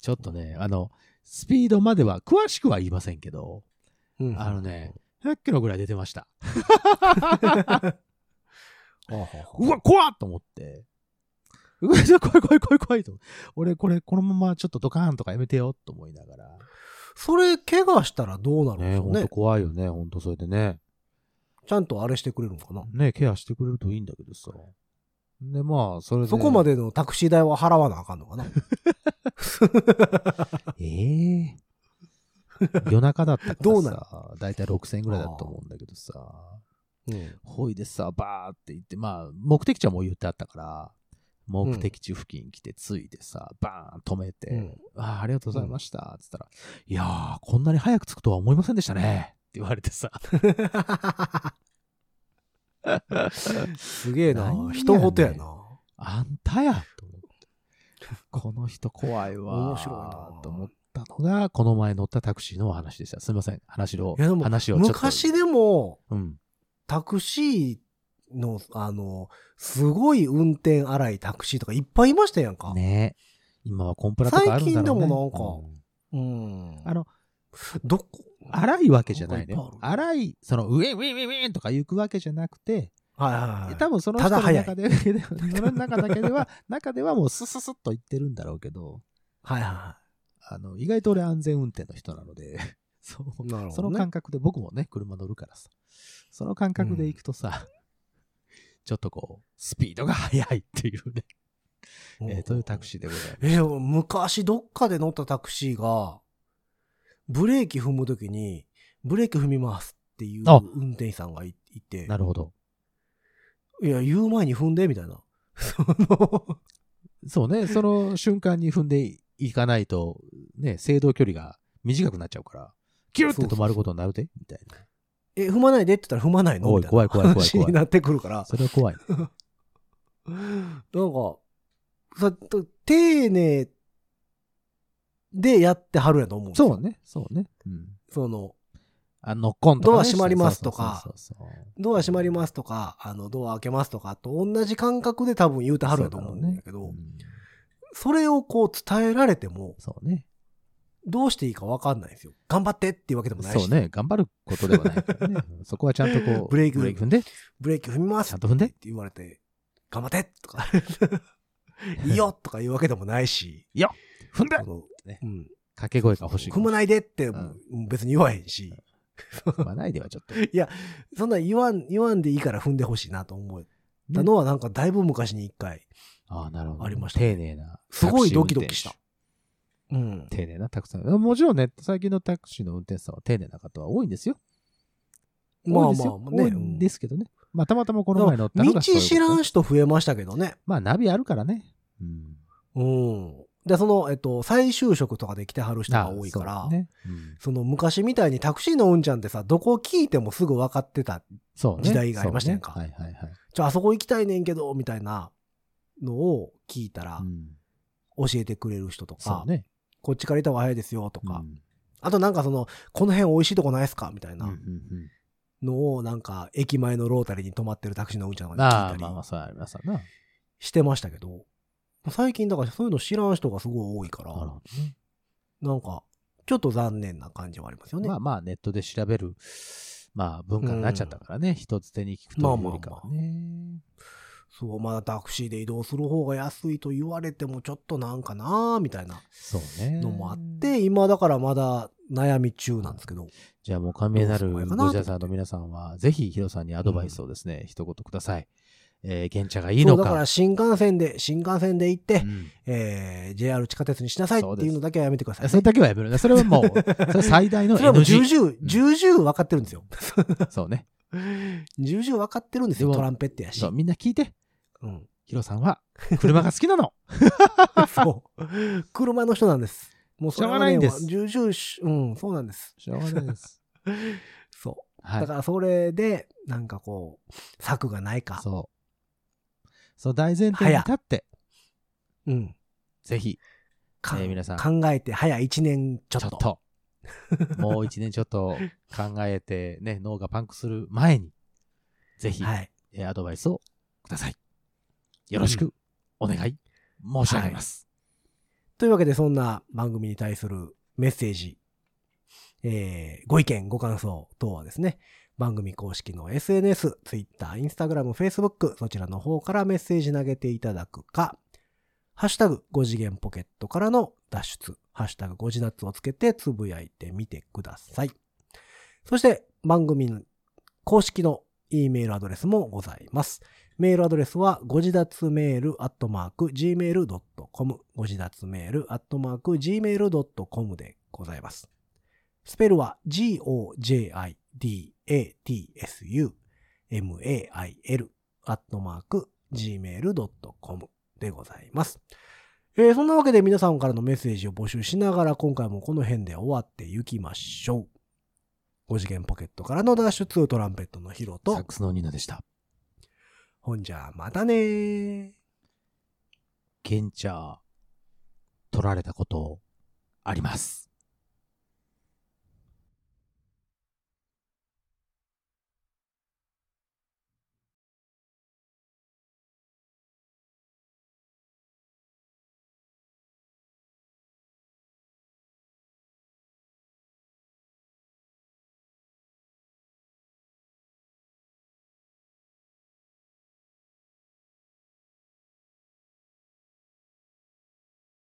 Speaker 3: ちょっとね、あの、スピードまでは詳しくは言いませんけど、
Speaker 2: うん
Speaker 3: あのね、100キロぐらい出てました。うわ、怖っと思って。うわ、怖い怖い怖い怖いと。俺、これ、このままちょっとドカーンとかやめてよと思いながら。
Speaker 2: それ、怪我したらどうなるんで
Speaker 3: ね、
Speaker 2: しょ
Speaker 3: ほ
Speaker 2: うんね
Speaker 3: と。怖いよね、ほんとそれでね。
Speaker 2: ちゃんとあれしてくれるのかな。
Speaker 3: ね、ケアしてくれるといいんだけどさ。で、まあ、それで。
Speaker 2: そこまでのタクシー代は払わなあかんのかな。
Speaker 3: ええ夜中だ *laughs* ったからさ、
Speaker 2: どうな
Speaker 3: だいたい6000円ぐらいだと思うんだけどさ、
Speaker 2: うん
Speaker 3: ほいでさ、バーって行って、まあ、目的地はもう言ってあったから、目的地付近来て着いてさ、バーン止めて、
Speaker 2: うん
Speaker 3: あーありがとうございました、つったら、いやー、こんなに早く着くとは思いませんでしたね、って言われてさ、
Speaker 2: すげえな
Speaker 3: なんや。ねん
Speaker 2: 人ほとやな。
Speaker 3: あんたやと思って。この人怖いわ。
Speaker 2: 面白いな
Speaker 3: と思ったのが、この前乗ったタクシーのお話でした。すみません。話を、
Speaker 2: いやでも
Speaker 3: 話をちょっと。
Speaker 2: 昔でも、
Speaker 3: うん。
Speaker 2: タクシーの、あの、すごい運転荒いタクシーとかいっぱいいましたやんか。
Speaker 3: ね今はコンプラとかあるんだろうね。
Speaker 2: 最近でもうん。
Speaker 3: うんあの、
Speaker 2: どこ
Speaker 3: 荒いわけじゃないね
Speaker 2: なんかいっ。ぱいあ
Speaker 3: 荒い、その、ウェンウェンウェンウェンとか行くわけじゃなくて、
Speaker 2: はいはいはい。
Speaker 3: 多分その
Speaker 2: た
Speaker 3: 人
Speaker 2: だ
Speaker 3: の
Speaker 2: 早い
Speaker 3: 中で、 *laughs* 世の中だけでは、中ではもうスススッと行ってるんだろうけど、
Speaker 2: はいは
Speaker 3: あの、意外と俺安全運転の人なので、 *laughs* そう。
Speaker 2: い。なるほど、ね。
Speaker 3: その感覚で、僕もね、車乗るからさ、その感覚で行くとさ、ちょっとこう、スピードが速いっていうね、
Speaker 2: うん
Speaker 3: えーというタクシーでございます。
Speaker 2: えー昔どっかで乗ったタクシーが、ブレーキ踏むときに、ブレーキ踏みますっていう
Speaker 3: あ
Speaker 2: 運転手さんがいいて、
Speaker 3: なるほど。
Speaker 2: いや、言う前に踏んで、みたいな。 *laughs* その、
Speaker 3: そうね、その瞬間に踏んでいかないと、ね、制動距離が短くなっちゃうから、キュッて止まることになるで、みたいな。
Speaker 2: え、踏まないでって言ったら踏まないの
Speaker 3: お
Speaker 2: み
Speaker 3: い
Speaker 2: たいな
Speaker 3: 怖い怖い怖い怖い
Speaker 2: 話になってくるから、
Speaker 3: それは
Speaker 2: *laughs*
Speaker 3: 怖い。
Speaker 2: なんか、さ、と丁寧でやってはるやと思うんですよ
Speaker 3: そうね、そうね。うん。
Speaker 2: その、
Speaker 3: あの、コント
Speaker 2: ドア閉まりますとかドア閉まりますすとか、あの、ドア開けますとかと同じ感覚で多分言うてはるやと思うんだけど、それをこう伝えられても、
Speaker 3: そうね。
Speaker 2: どうしていいかわかんないんですよ。頑張ってっていうわけでもないし、
Speaker 3: そうね。頑張ることでは
Speaker 2: *laughs*
Speaker 3: ないからね。うんそこはちゃんとこう、
Speaker 2: ブレーキ
Speaker 3: 踏んで、
Speaker 2: ブレーキ踏みます
Speaker 3: ちゃんと踏んで
Speaker 2: って言われて、頑張ってとか、 *laughs* いいよとか言うわけでもないし、
Speaker 3: 踏んで
Speaker 2: その
Speaker 3: ね
Speaker 2: うん、
Speaker 3: 掛け声が欲しい。
Speaker 2: 踏まないでっても別に言わへんし、
Speaker 3: 踏まないではちょっと。
Speaker 2: そんなん言わん、言わんでいいから踏んでほしいなと思ったのはなんかだいぶ昔に一回、
Speaker 3: ああ、なるほど。
Speaker 2: ありました
Speaker 3: 丁寧な。
Speaker 2: すごいドキドキした。うん。
Speaker 3: 丁寧なタクシーのもちろんね、最近のタクシーの運転手さんは丁寧な方は多いんですよ。
Speaker 2: ま
Speaker 3: 多い
Speaker 2: あ
Speaker 3: ですよ
Speaker 2: まあね。
Speaker 3: 多いんですけどね。まあ、たまたまこ
Speaker 2: うん
Speaker 3: の前乗ったの
Speaker 2: 道
Speaker 3: がそういうこと
Speaker 2: 知らん人増えましたけどね。
Speaker 3: まあ、ナビあるからね。うん。
Speaker 2: うん。で、その、えっと、再就職とかで来てはる人が多いか
Speaker 3: あ
Speaker 2: ら
Speaker 3: あそう、ね。うん
Speaker 2: その昔みたいにタクシーのうんちゃんってさ、どこ聞いてもすぐ分かってた。
Speaker 3: そうね。
Speaker 2: 時代がありましたやんか
Speaker 3: そうねはいはいはい。
Speaker 2: ちょ、あそこ行きたいねんけど、みたいなのを聞いたら
Speaker 3: う、ん
Speaker 2: 教えてくれる人と
Speaker 3: そ
Speaker 2: か
Speaker 3: う、ね。
Speaker 2: こっちから行った方が早いですよとか、
Speaker 3: うん
Speaker 2: あとなんかその、この辺美味しいとこないですかみたい
Speaker 3: うん
Speaker 2: な
Speaker 3: うん
Speaker 2: のを、なんか、駅前のロータリーに泊まってるタクシーのうんちゃん
Speaker 3: う
Speaker 2: と
Speaker 3: ん。
Speaker 2: かに聞
Speaker 3: ああ、
Speaker 2: い
Speaker 3: まあ
Speaker 2: た
Speaker 3: まあ、
Speaker 2: り
Speaker 3: そうありますわな。なる
Speaker 2: してましたけど、最近だからそういうの知らん人がすごい多いから、
Speaker 3: ほどね。
Speaker 2: なんか、ちょっと残念な感じはありますよね。
Speaker 3: まあまあ、ネットで調べる、まあ、文化になっちゃったからね。人つてに聞くというよりかはね。
Speaker 2: そう、まあタクシーで移動する方が安いと言われてもちょっとなんかなーみたいな
Speaker 3: そうね。
Speaker 2: のもあって、今だからまだ悩み中なんですけど。
Speaker 3: じゃあもう関係なる
Speaker 2: どうすればいいかな
Speaker 3: ゴジラさんの皆さんは、ぜひヒロさんにアドバイスをですね、一言ください。えー、現茶がいい
Speaker 2: そう
Speaker 3: の
Speaker 2: だ
Speaker 3: か。
Speaker 2: から新幹線で、新幹線で行って、
Speaker 3: うん
Speaker 2: えー JR 地下鉄にしなさいっていうのだけはやめてください、
Speaker 3: それだけはやめるね。それ
Speaker 2: *laughs*
Speaker 3: はもう、それ最大の
Speaker 2: それはもう重
Speaker 3: NG。
Speaker 2: 々、重々分かってるんですよ。 *laughs*
Speaker 3: そうね。
Speaker 2: 重々分かってるんですよ、
Speaker 3: でも
Speaker 2: トランペットやし
Speaker 3: そう、。みんな聞いて。
Speaker 2: うん、 *laughs*
Speaker 3: ヒロさんは、車が好きなの。
Speaker 2: そう。車の人なんです。もうそれは、ね、
Speaker 3: しょうがないんです
Speaker 2: 重々し、うん、そうなんです。
Speaker 3: しょうがないです。
Speaker 2: そ
Speaker 3: は
Speaker 2: う。
Speaker 3: い。
Speaker 2: だからそれで、なんかこう、策がないか。
Speaker 3: そう。その大前提に立って、
Speaker 2: うん。
Speaker 3: ぜひ、
Speaker 2: か
Speaker 3: えー皆さん
Speaker 2: 考えて、早1年ちょっ
Speaker 3: ちょ
Speaker 2: と。
Speaker 3: っと、
Speaker 2: *laughs*
Speaker 3: もう一年ちょっと考えて、ね、脳がパンクする前に、ぜひ、
Speaker 2: はい。
Speaker 3: えーアドバイスをください。よろしくお願い申し上げます。
Speaker 2: というわけで、そんな番組に対するメッセージ、えーご意見、ご感想等はですね、番組公式の SNS、Twitter、Instagram、Facebook、そちらの方からメッセージ投げていただくか、ハッシュタグ5次元ポケットからの脱出、ハッシュタグ5次ナッツをつけてつぶやいてみてください。そして、番組の公式の E メールアドレスもございます。メールアドレスは、ご自立メールアットマーク gmail.com、ご自立メールアットマーク gmail.com でございます。スペルは、g-o-j-i-d-a-t-s-u-m-a-i-l アットマーク gmail.com でございます。えーそんなわけで皆さんからのメッセージを募集しながら、今回もこの辺で終わっていきましょう。5次元ポケットからの脱出トランペットのヒロ
Speaker 3: サ
Speaker 2: と
Speaker 3: ッ、クスのニーナでした。
Speaker 2: ほんじゃ、またねー。
Speaker 3: ケンチャー、取られたこと、あります。